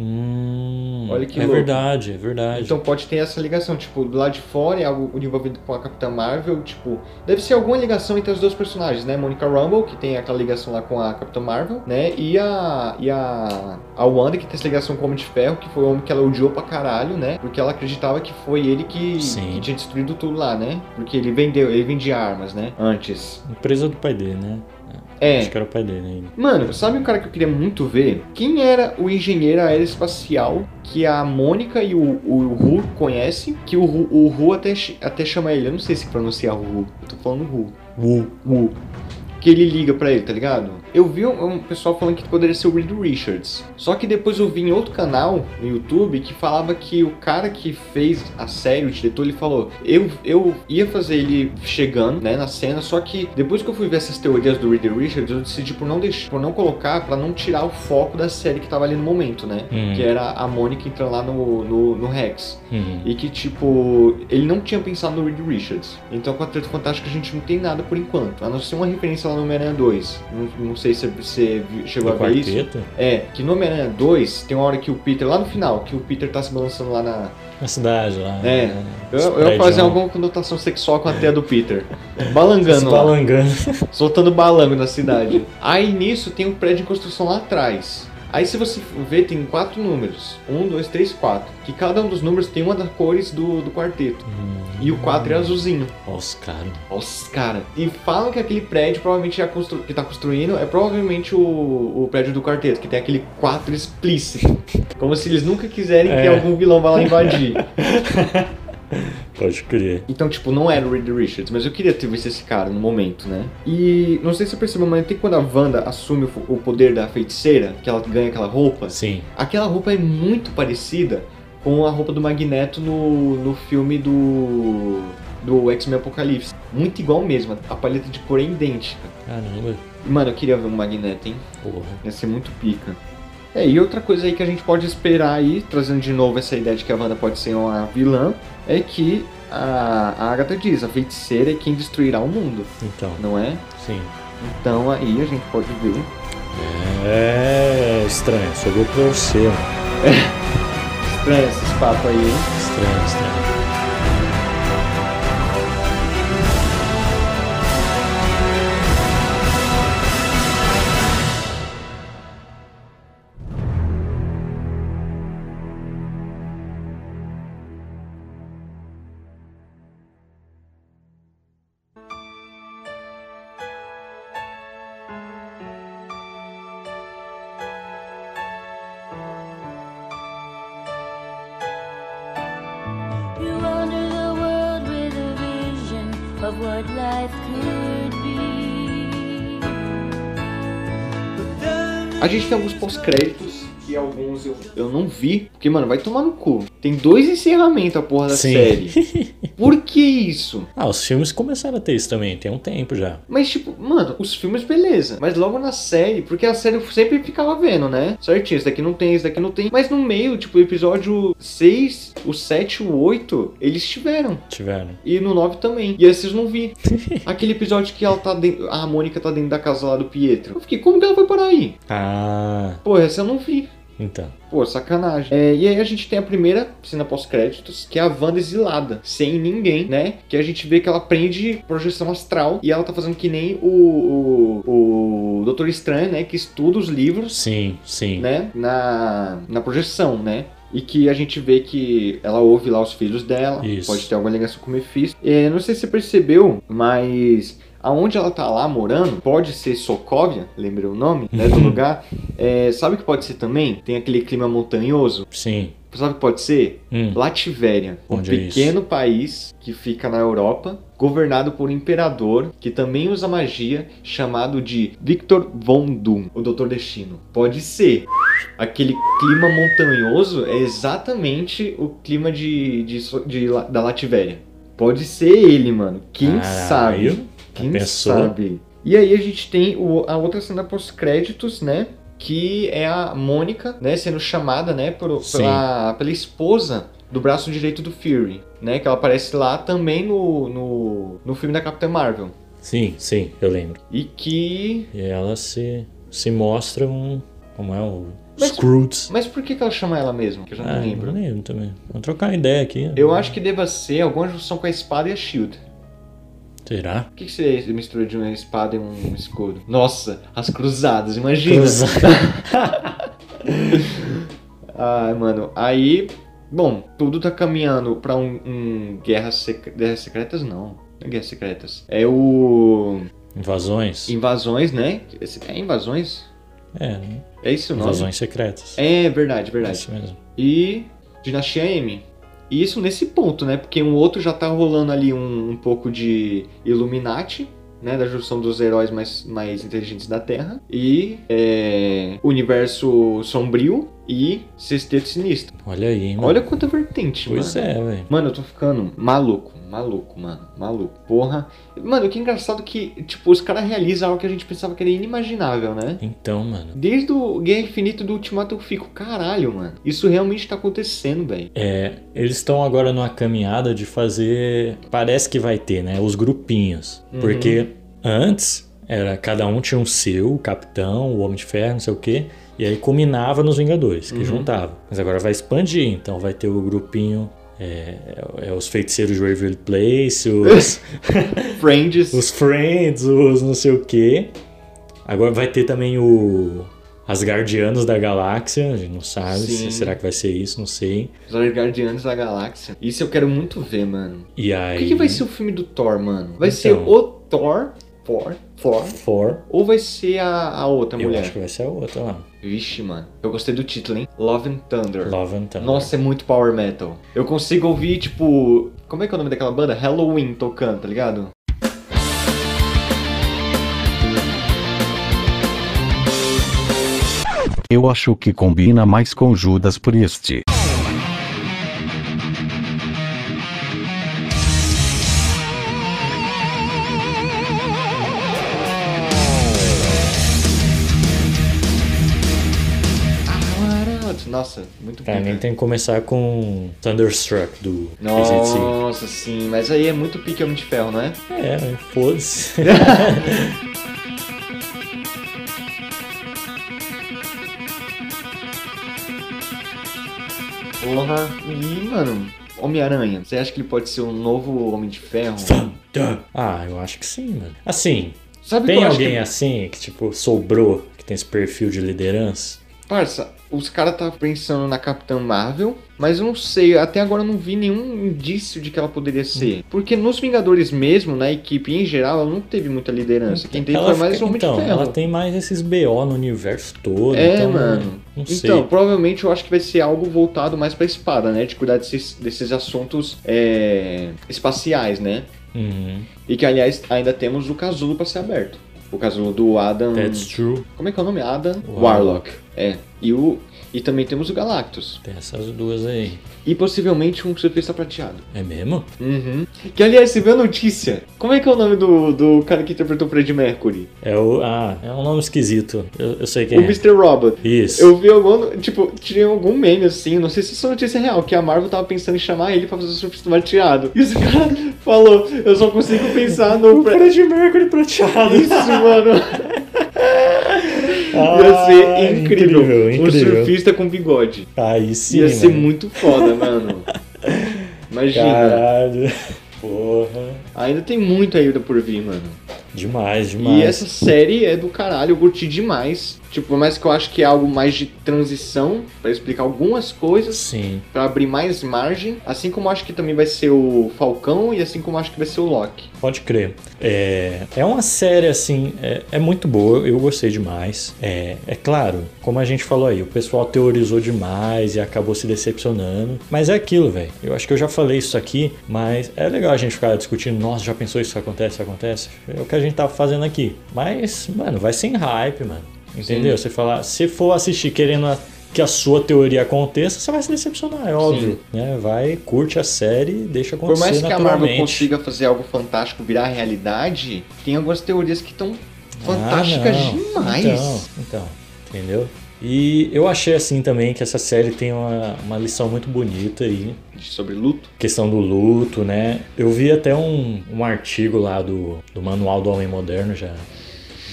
A: Hum,
B: Olha que
A: é
B: louco.
A: verdade, é verdade.
B: Então pode ter essa ligação, tipo, do lado de fora é algo envolvido com a Capitã Marvel, tipo, deve ser alguma ligação entre os dois personagens, né? Monica Rumble, que tem aquela ligação lá com a Capitã Marvel, né? E a e a, a Wanda, que tem essa ligação com o Homem de Ferro, que foi o homem que ela odiou pra caralho, né? Porque ela acreditava que foi ele que,
A: Sim.
B: que tinha destruído tudo lá, né? Porque ele vendeu, ele vendia armas, né? Antes.
A: Empresa do pai dele, né?
B: É.
A: Acho que era o pai dele ainda.
B: Mano, sabe um cara que eu queria muito ver? Quem era o engenheiro aeroespacial que a Mônica e o, o Ru conhecem? Que o Ru, o Ru até, ch- até chama ele, eu não sei se pronunciar Ru, eu tô falando Ru.
A: Wu.
B: Ru. Que ele liga pra ele, tá ligado? Eu vi um, um pessoal falando que poderia ser o Reed Richards. Só que depois eu vi em outro canal no YouTube que falava que o cara que fez a série, o diretor, ele falou: eu, eu ia fazer ele chegando, né, na cena, só que depois que eu fui ver essas teorias do Reed Richards, eu decidi por não deixar, por não colocar, pra não tirar o foco da série que tava ali no momento, né?
A: Hum.
B: Que era a Mônica entrando lá no, no, no Rex.
A: Uhum.
B: E que, tipo, ele não tinha pensado no Reed Richards. Então, com a Quarteto Fantástico, a gente não tem nada por enquanto. A não ser uma referência lá no Homem-Aranha 2. Não, não sei se você vi- chegou
A: Do
B: a ver isso.
A: quarteto?
B: É, que no Homem-Aranha 2, tem uma hora que o Peter, lá no final, que o Peter tá se balançando lá na...
A: Na cidade lá.
B: É.
A: né?
B: Eu,
A: Os
B: eu ia fazer
A: prédios.
B: alguma conotação sexual com a teia do Peter.
A: Se
B: Balangando lá.
A: balangando.
B: soltando balango na cidade. Aí nisso tem um prédio em construção lá atrás. Aí se você ver, tem quatro números. Um, dois, três, quatro. Que cada um dos números tem uma das cores do, do quarteto. E o quatro é azulzinho.
A: Ó, os caras.
B: Nossa, cara. E falam que aquele prédio provavelmente é constru- que tá construindo é provavelmente o, o prédio do quarteto, que tem aquele 4 explícito. Como se eles nunca quiserem que
A: É.
B: algum vilão vá lá invadir.
A: Pode crer.
B: Então, tipo, não era o Reed Richards, mas eu queria ter visto esse cara no momento, né? E não sei se você percebeu, mas tem quando a Wanda assume o, fo- o poder da feiticeira, que ela ganha aquela roupa,
A: Sim.
B: aquela roupa é muito parecida com a roupa do Magneto no, no filme do, do X-Men Apocalipse. Muito igual mesmo, a paleta de cor é idêntica.
A: Caramba.
B: Mano, eu queria ver um Magneto, hein?
A: Porra.
B: Ia ser muito pica. É, e outra coisa aí que a gente pode esperar aí, trazendo de novo essa ideia de que a Wanda pode ser uma vilã, é que a, a Agatha diz, a feiticeira é quem destruirá o mundo,
A: Então,
B: não é?
A: sim.
B: Então aí a gente pode ver.
A: É estranho. Sobrou pra você.
B: Estranho né, esses papos aí, hein?
A: Estranho, estranho.
F: You wander the world with a vision of what life could be.
B: A gente tem alguns pós-créditos que alguns eu, eu não vi, porque, mano, vai tomar no cu. Tem dois encerramentos a porra da
A: Sim.
B: série. Por que isso?
A: Ah, os filmes começaram a ter isso também. Tem um tempo já.
B: Mas, tipo, mano, os filmes, beleza. Mas logo na série, porque a série eu sempre ficava vendo, né? Certinho, esse daqui não tem, esse daqui não tem. Mas no meio, tipo, o episódio 6, o 7, o 8, eles tiveram.
A: Tiveram.
B: E no 9 também. E esses eu não vi. Aquele episódio que ela tá dentro. A Mônica tá dentro da casa lá do Pietro. Eu fiquei, como que ela foi parar aí?
A: Ah,
B: Porra, essa eu não vi.
A: então.
B: Pô, sacanagem. É, e aí a gente tem a primeira cena pós-créditos, que é a Wanda exilada, sem ninguém, né? Que a gente vê que ela prende projeção astral e ela tá fazendo que nem o, o, o Doutor Estranho, né? Que estuda os livros,
A: Sim, sim.
B: né? Na, na projeção, né? E que a gente vê que ela ouve lá os filhos dela.
A: Isso.
B: Pode ter alguma ligação com o Mephisto. É, não sei se você percebeu, mas aonde ela tá lá morando, pode ser Sokovia, lembra o nome, né, do lugar. É, sabe o que pode ser também? Tem aquele clima montanhoso.
A: Sim.
B: Sabe o que pode ser?
A: Hum.
B: Lativéria, um
A: Onde é isso?
B: pequeno país que fica na Europa, governado por um imperador que também usa magia, chamado de Victor Von Doom, o Doutor Destino. Pode ser. Aquele clima montanhoso é exatamente o clima de, de, so- de la- da Lativéria. Pode ser ele, mano. Quem
A: Caralho.
B: sabe? Quem
A: Pensou?
B: sabe? E aí a gente tem o- a outra cena pós-créditos, né? Que é a Mônica, né? Sendo chamada, né? por-
A: Sim.
B: pela, pela esposa do braço direito do Fury, né? Que ela aparece lá também no, no, no filme da Capitã Marvel.
A: Sim, sim, eu lembro.
B: E que...
A: E ela se, se mostra um. Como é? Um
B: Mas-
A: Scrooge.
B: Mas por que, que ela chama ela mesmo? Que eu já não
A: Ah,
B: lembro.
A: não lembro também. Vamos trocar ideia aqui. né?
B: Eu acho que deva ser alguma junção com a espada e a shield.
A: Será?
B: O que, que seria a mistura de uma espada e um escudo? Nossa, as cruzadas, imagina! Ai, Ah, mano, aí. Bom, tudo tá caminhando pra um. um guerras, sec- guerras secretas? Não. Não é guerras secretas. É o.
A: [LAUGHS] Invasões?
B: Invasões, né? Esse- É invasões?
A: É, né?
B: É isso o nome?
A: invasões secretas.
B: É verdade, verdade.
A: Isso mesmo.
B: E. Dinastia M. E Isso nesse ponto, né? Porque um outro já tá rolando ali um, um pouco de Illuminati, né? Da junção dos heróis mais, mais inteligentes da Terra. E. É, universo Sombrio e Sexteto Sinistro.
A: Olha aí, mano.
B: Olha quanta vertente, mano.
A: Hum. Pois é, velho.
B: Mano, eu tô ficando maluco, maluco, mano, maluco, porra. Mano, que engraçado que, tipo, os caras realizam algo que a gente pensava que era inimaginável, né?
A: Então, mano.
B: Desde o Guerra Infinita do Ultimato eu fico, caralho, mano. Isso realmente tá acontecendo, velho.
A: É, eles estão agora numa caminhada de fazer. Parece que vai ter, né? Os grupinhos.
B: Uhum.
A: Porque antes era cada um tinha um seu, o capitão, o homem de ferro, não sei o quê. E aí combinava nos Vingadores, que
B: Uhum.
A: juntava. Mas agora vai expandir, então vai ter o grupinho. É, é- é os feiticeiros de Waverly Place, os,
B: [LAUGHS] Friends.
A: os Friends, os não sei o quê. Agora vai ter também o. As Guardianos da Galáxia, a gente não sabe.
B: Sim.
A: se- será que vai ser isso? Não sei.
B: Os Guardianes da Galáxia. Isso eu quero muito ver, mano.
A: E
B: O
A: aí.
B: que, que vai ser o filme do Thor, mano? Vai
A: Então.
B: ser o Thor, Thor, Thor,
A: For.
B: ou vai ser a, a outra
A: Eu
B: mulher?
A: acho que vai ser a outra lá.
B: Vixe, mano. Eu gostei do título, hein? Love and Thunder.
A: Love and Thunder.
B: Nossa, é muito power metal. Eu consigo ouvir, tipo. Como é que é o nome daquela banda? Halloween tocando, tá ligado?
E: Eu acho que combina mais com Judas Priest.
B: Caralho. Nossa, muito
A: Pra mim
B: pica.
A: Tá, tem que começar com Thunderstruck do ACDC.
B: Nossa, sim, mas aí é muito pique Homem de Ferro, não é?
A: É, mas
B: [LAUGHS]
A: foda-se.
B: Porra. E, mano, Homem-Aranha, você acha que ele pode ser um novo Homem de Ferro?
A: ah, eu acho que sim, mano. Assim,
B: Sabe
A: tem
B: que eu
A: alguém
B: acho
A: assim que, tipo, sobrou, que tem esse perfil de liderança?
B: que... Parça, os caras tá pensando na Capitã Marvel, mas eu não sei, até agora eu não vi nenhum indício de que ela poderia
A: Hum.
B: ser. Porque nos Vingadores mesmo, na equipe em geral, ela não teve muita liderança. Quem teve
A: ela
B: foi mais
A: fica-
B: o Homem
A: então,
B: de Ferro.
A: ela tem mais esses BO no universo todo.
B: É,
A: então,
B: mano.
A: Não sei.
B: Então, provavelmente eu acho que vai ser algo voltado mais pra espada, né? De cuidar desses, desses assuntos é, espaciais, né?
A: Uhum,
B: E que, aliás, ainda temos o casulo pra ser aberto. O casulo do Adam.
A: That's true.
B: Como é que é o nome? Adam
A: Warlock.
B: Warlock. É. E, o, e também temos o Galactus.
A: Tem essas duas aí.
B: E possivelmente um surfista prateado.
A: É mesmo?
B: Uhum. Que, aliás, você viu a notícia? Como é que é o nome do, do cara que interpretou o Fred Mercury?
A: É o. Ah, é um nome esquisito. Eu, eu sei quem
B: O
A: é.
B: Mr. Robot.
A: Isso.
B: Eu vi algum, tipo, tirei algum meme assim, não sei se essa notícia é real, que a Marvel tava pensando em chamar ele pra fazer o surfista prateado. E esse cara [LAUGHS] falou, eu só consigo
A: [LAUGHS]
B: pensar no. Pra...
A: Fred Mercury prateado.
B: Isso, mano. [LAUGHS] Ia ser incrível.
A: Ah, incrível,
B: Um
A: incrível.
B: surfista com bigode.
A: Aí sim.
B: Ia ser
A: mano.
B: muito
A: [LAUGHS]
B: foda, mano. Imagina.
A: Caralho. [LAUGHS] Porra.
B: Ainda tem muito ainda por vir, mano.
A: Demais,
B: E
A: demais.
B: essa série é do caralho, eu curti demais. Tipo, por mais que eu acho que é algo mais de transição pra explicar algumas coisas,
A: Sim.
B: pra abrir mais margem, assim como acho que também vai ser o Falcão e assim como acho que vai ser o Loki.
A: Pode crer. É, é uma série, assim, é, é muito boa, eu gostei demais. É, é claro, como a gente falou aí, o pessoal teorizou demais e acabou se decepcionando. Mas é aquilo, velho. Eu acho que eu já falei isso aqui, mas é legal a gente ficar discutindo, nossa, já pensou isso acontece, isso acontece? É o que a gente tava fazendo aqui. Mas, mano, vai sem hype, mano. Entendeu? Você falar, se for assistir querendo a- que a sua teoria aconteça, você vai se decepcionar, é óbvio. Né? Vai, curte a série, deixa acontecer
B: Por mais que a Marvel
A: naturalmente.
B: consiga fazer algo fantástico virar realidade, tem algumas teorias que estão fantásticas
A: Ah, não.
B: demais.
A: Então, então, entendeu? E eu achei assim também que essa série tem uma, uma lição muito bonita aí.
B: Sobre luto.
A: Questão do luto, né? Eu vi até um, um artigo lá do, do Manual do Homem Moderno, já,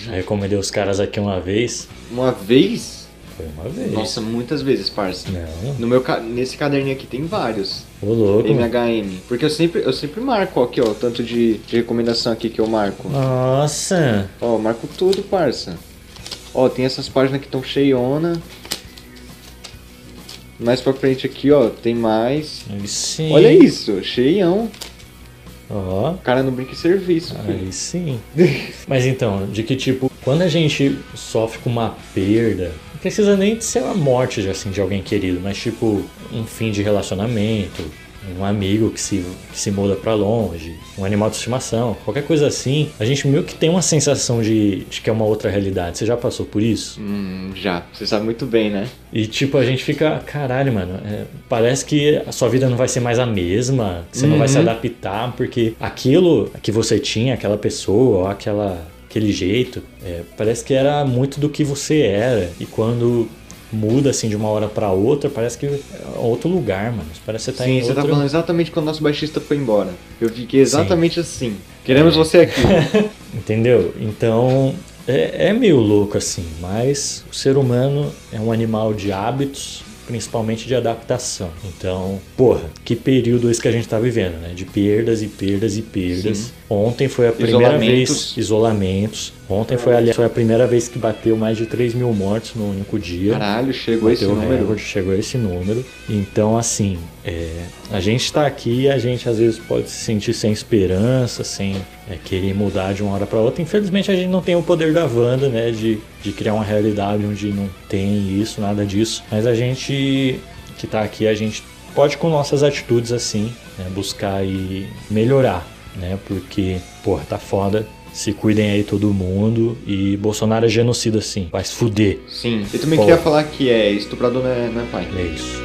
A: já recomendei os caras aqui uma vez.
B: Uma vez?
A: Foi uma vez.
B: Nossa, muitas vezes, parça.
A: Não,
B: No meu, ca- nesse caderninho aqui tem vários.
A: ô louco.
B: MHM. Porque eu sempre, eu sempre marco aqui, ó. o Tanto de, de recomendação aqui que eu marco.
A: Nossa,
B: Ó, eu marco tudo, parça. Ó, tem essas páginas que estão cheiona. Mais pra frente aqui, ó, tem mais.
A: aí sim.
B: Olha isso, cheião.
A: Ó.
B: O cara não brinca em serviço. filho.
A: Aí sim. [LAUGHS] Mas então, de que tipo, quando a gente sofre com uma perda, não precisa nem de ser a morte de, assim, de alguém querido, mas tipo, um fim de relacionamento, um amigo que se, que se muda pra longe, um animal de estimação, qualquer coisa assim, a gente meio que tem uma sensação de, de que é uma outra realidade. Você já passou por isso?
B: Hum, já. Você sabe muito bem, né?
A: E tipo, a gente fica, caralho, mano, é, parece que a sua vida não vai ser mais a mesma, que você não vai
B: Uhum.
A: se adaptar, porque aquilo que você tinha, aquela pessoa, ou aquela, aquele jeito, é, parece que era muito do que você era. E quando muda assim de uma hora pra outra, parece que é outro lugar, mano. Parece que você tá
B: Sim,
A: em
B: você
A: outro...
B: tá falando exatamente quando o nosso baixista foi embora. Eu fiquei exatamente assim.
A: É.
B: Queremos você
A: [LAUGHS]
B: aqui.
A: Entendeu? Então é, é meio louco assim, mas o ser humano é um animal de hábitos, principalmente de adaptação. Então, porra, que período esse que a gente tá vivendo, né? De perdas e perdas e perdas. Ontem foi a primeira
B: Isolamentos.
A: vez isolamentos. Ontem foi, aliás, foi a primeira vez que bateu mais de 3 mil mortes no único dia.
B: Caralho, chegou esse
A: Bateu o
B: número.
A: recorde, chegou a esse número. Então, assim, é, a gente tá aqui e a gente às vezes pode se sentir sem esperança, sem é, querer mudar de uma hora para outra. Infelizmente, a gente não tem o poder da Wanda, né, de, de criar uma realidade onde não tem isso, nada disso. Mas a gente que tá aqui, a gente pode, com nossas atitudes, assim, né, buscar e melhorar, né, porque, porra, tá foda. Se cuidem aí todo mundo e Bolsonaro é genocida sim, vai se fuder.
B: Sim. Eu também
A: Pô.
B: queria falar que é estuprador não é, não é pai.
A: É isso.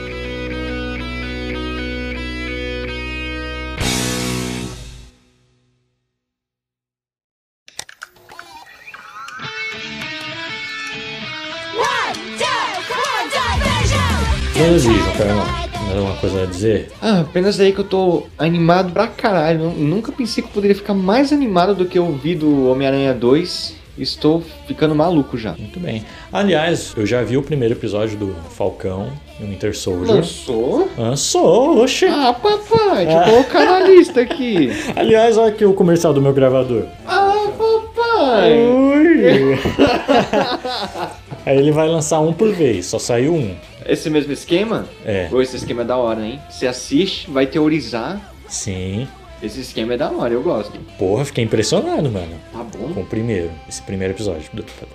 A: Television, Carlão. Mais alguma coisa a dizer?
B: Ah, apenas aí que eu tô animado pra caralho. Nu- Nunca pensei que eu poderia ficar mais animado do que eu vi do Homem-Aranha 2. Estou ficando maluco já.
A: Muito bem. Aliás, eu já vi o primeiro episódio do Falcão e o Winter Soldier.
B: Lançou?
A: Lançou, oxe.
B: Ah, papai, te colocar na lista aqui.
A: [LAUGHS] Aliás, olha aqui o comercial do meu gravador.
B: Ah, papai.
A: Ui. [LAUGHS] Aí ele vai lançar um por vez, só saiu um.
B: Esse mesmo esquema?
A: É.
B: Pô, esse esquema é da hora, hein? Você assiste, vai teorizar.
A: Sim.
B: Esse esquema é da hora, eu gosto.
A: Porra, fiquei impressionado, mano,
B: Tá
A: com
B: bom.
A: o primeiro, esse primeiro episódio.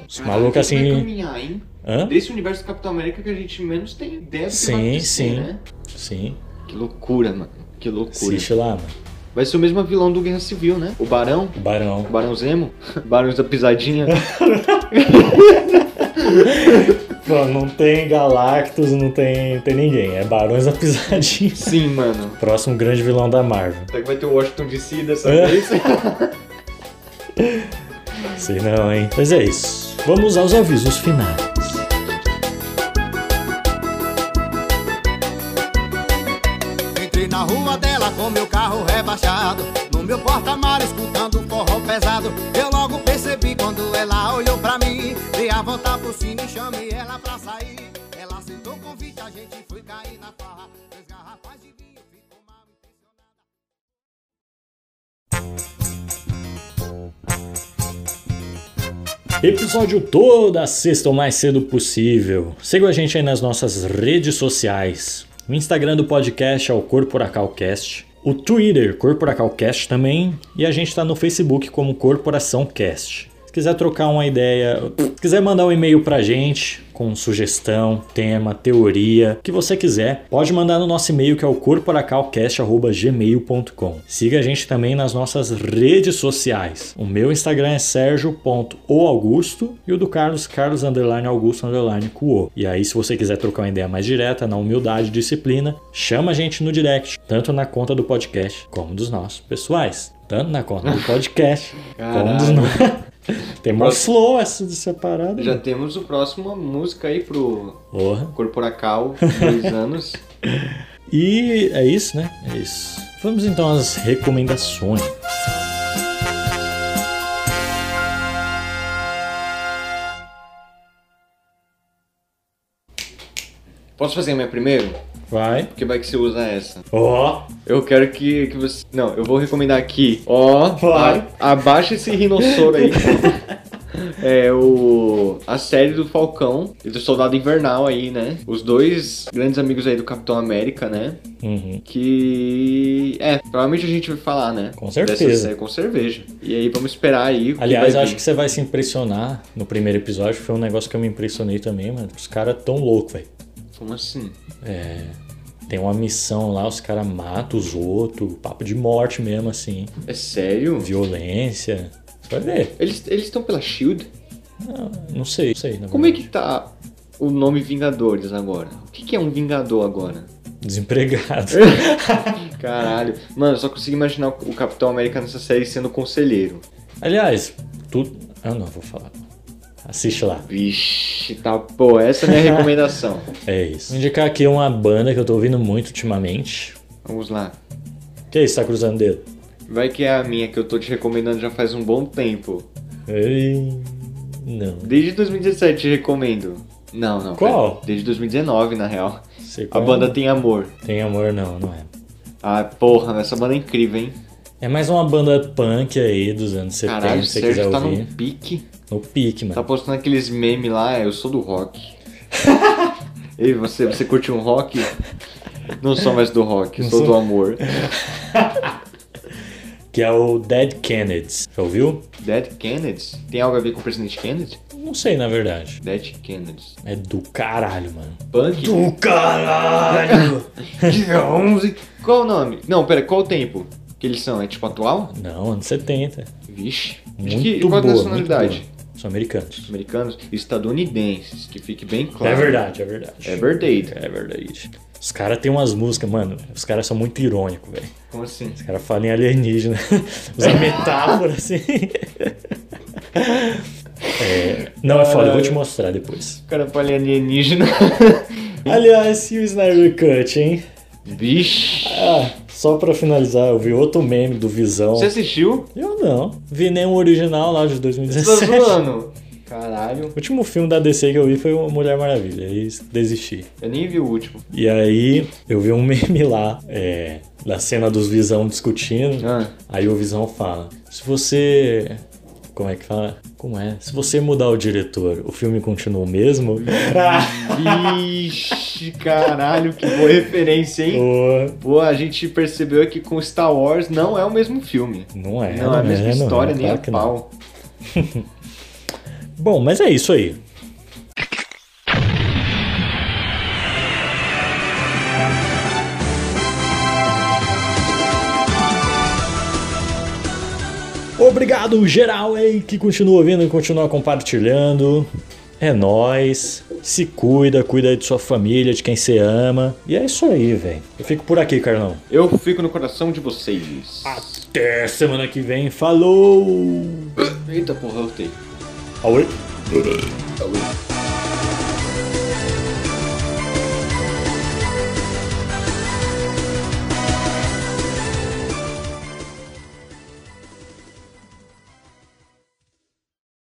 A: Os
B: Caralho,
A: malucos
B: a gente vai
A: assim.
B: Caminhar, hein?
A: Hã?
B: Desse universo do Capitão América que a gente menos tem ideia do que
A: Sim,
B: vai acontecer,
A: sim.
B: né?
A: Sim.
B: Que loucura, mano. Que loucura.
A: Assiste lá, mano.
B: Vai ser o mesmo vilão do Guerra Civil, né? O Barão.
A: O Barão.
B: O Barão Zemo. [LAUGHS] Barões
A: [LAUGHS]
B: da Pisadinha.
A: Mano, não tem Galactus, não tem, tem ninguém. É Barões da Pisadinha. [LAUGHS]
B: Sim, mano.
A: Próximo grande vilão da Marvel.
B: Será que vai ter o Washington DC dessa
A: É.
B: vez? [LAUGHS]
A: Sei não, hein? Mas é isso. Vamos aos avisos finais.
G: Entrei na rua dela com meu carro rebaixado No meu porta-mar escutando um forró pesado Eu logo percebi quando ela olhou pra mim Dei a volta por cima e chamei ela pra sair Ela aceitou o convite, a gente foi cair na farra Três garrafas de vinho, ficou mal intencionada
A: Episódio todo, assista o mais cedo possível. Siga a gente aí nas nossas redes sociais. O Instagram do podcast é o CorporacalCast. O Twitter, CorporacalCast também. E a gente está no Facebook como Corporação Cast. Se quiser trocar uma ideia, se quiser mandar um e-mail pra gente com sugestão, tema, teoria, o que você quiser, pode mandar no nosso e-mail que é o corporacalcast.gmail.com. Siga a gente também nas nossas redes sociais. O meu Instagram é sergio.oaugusto e o do Carlos, carlos underline augusto underline cuo. E aí, se você quiser trocar uma ideia mais direta, na humildade e disciplina, chama a gente no direct, tanto na conta do podcast como dos nossos pessoais. Tanto na conta do
B: [LAUGHS]
A: podcast como dos
B: Caralho.
A: nossos... [LAUGHS] Tem mó slow essa de separada.
B: Já temos o próximo a música aí pro
A: Porra.
B: Corporacal,
A: [LAUGHS]
B: dois anos.
A: E é isso, né? É isso. Vamos então às recomendações.
B: Posso fazer a minha primeiro?
A: Vai.
B: Porque vai que você usa essa.
A: Ó,
B: Eu quero que, que você. Não, eu vou recomendar aqui. Ó,
A: Vai.
B: a- abaixa esse rinossauro aí. [LAUGHS] É o. A série do Falcão e do Soldado Invernal aí, né? Os dois grandes amigos aí do Capitão América, né?
A: Uhum.
B: Que. É, provavelmente a gente vai falar, né?
A: Com certeza.
B: Dessa série com cerveja. E aí vamos esperar aí. o que
A: aliás,
B: vai
A: eu acho
B: vir.
A: que você vai se impressionar no primeiro episódio. Foi um negócio que eu me impressionei também, mano. Os caras tão loucos, velho.
B: Como assim?
A: Tem uma missão lá, os caras matam os outros. Papo de morte mesmo, assim.
B: É sério?
A: Violência. Você vai ver.
B: Eles estão pela Shield?
A: Não sei, não sei. Na
B: Como é
A: verdade.
B: que tá o nome Vingadores agora? O que, que é um Vingador agora? [LAUGHS]
A: Desempregado.
B: Caralho. Mano, eu só consigo imaginar o Capitão América nessa série sendo conselheiro.
A: aliás, tudo... Ah, não, vou falar. Assiste lá.
B: Vixe, tá, pô, essa é a
A: [LAUGHS]
B: minha recomendação.
A: É isso. Vou indicar aqui uma banda que eu tô ouvindo muito ultimamente.
B: Vamos lá.
A: Que isso, tá cruzando o dedo?
B: Vai que é a minha que eu tô te recomendando já faz um bom tempo.
A: Ei, não.
B: Desde 2017 te recomendo. Não, não.
A: Qual?
B: pera. Desde 2019, na real.
A: Sei
B: A
A: qual é.
B: banda tem amor.
A: Tem Amor, não, não é.
B: Ah, porra, essa banda é incrível, hein?
A: É mais uma banda punk aí dos anos 70,
B: Caralho, o
A: se você quiser
B: Sérgio tá
A: ouvir.
B: num pique.
A: No pique,
B: Tá
A: mano.
B: postando aqueles memes lá, eu sou do
A: [LAUGHS]
B: rock. Ei, você, você curte um rock? Não sou mais do rock, sou, do amor. Tá-
A: Que é o Dead Kennedys. Já ouviu?
B: Dead Kennedys? Tem algo a ver com o presidente Kennedy?
A: Não sei, na verdade.
B: Dead Kennedys.
A: É do caralho, mano.
B: Punk?
A: Do caralho!
B: Dia 11. Qual o nome? Não, pera, qual o tempo que eles são? É tipo atual?
A: não, anos 70.
B: Vixe. De
A: Muito
B: que,
A: boa,
B: qual é a
A: muito
B: nacionalidade?
A: boa. São americanos.
B: Americanos? Estadunidenses, que fique bem claro.
A: É verdade, é verdade.
B: É verdade.
A: É verdade. Os caras têm umas músicas, mano. Os caras são muito irônicos, velho.
B: Como assim?
A: Os caras falam em alienígena. [LAUGHS] Usa metáfora, assim. [LAUGHS] É, não é foda, eu vou te mostrar depois.
B: O cara fala
A: [LAUGHS]
B: em alienígena.
A: Aliás, e o Snyder Cut, hein?
B: Vixe.
A: Ah, só pra finalizar, eu vi outro meme do Visão.
B: Você
A: [LAUGHS]
B: assistiu?
A: Eu não. Vi nenhum original lá de
B: Tá
A: 2017. O
B: zoando. Caralho.
A: último filme da DC que eu vi foi o Mulher Maravilha. E desisti.
B: Eu nem vi o último.
A: E aí, eu vi um [LAUGHS] meme lá, é, da cena dos Visão discutindo.
B: Ah.
A: Aí o Visão fala: se você. Como é que fala? Como é? Se você mudar o diretor, o filme continua o
B: [LAUGHS]
A: mesmo?
B: Vixe, caralho, que boa referência, hein?
A: Pô,
B: Pô, a gente percebeu que com Star Wars não é o mesmo filme.
A: não é.
B: não é a mesma
A: é, não é,
B: história, nem
A: claro
B: a
A: que não.
B: pau.
A: Bom, mas é isso aí. Obrigado, geral aí que continua ouvindo e continua compartilhando. É nóis. Se cuida, cuida aí de sua família, de quem você ama. E é isso aí, velho. Eu fico por aqui, Carlão.
B: Eu fico no coração de vocês.
A: Ah, Até semana que vem. Falou!
B: Eita porra, eu tenho.
A: Aoi.
B: Tá bom.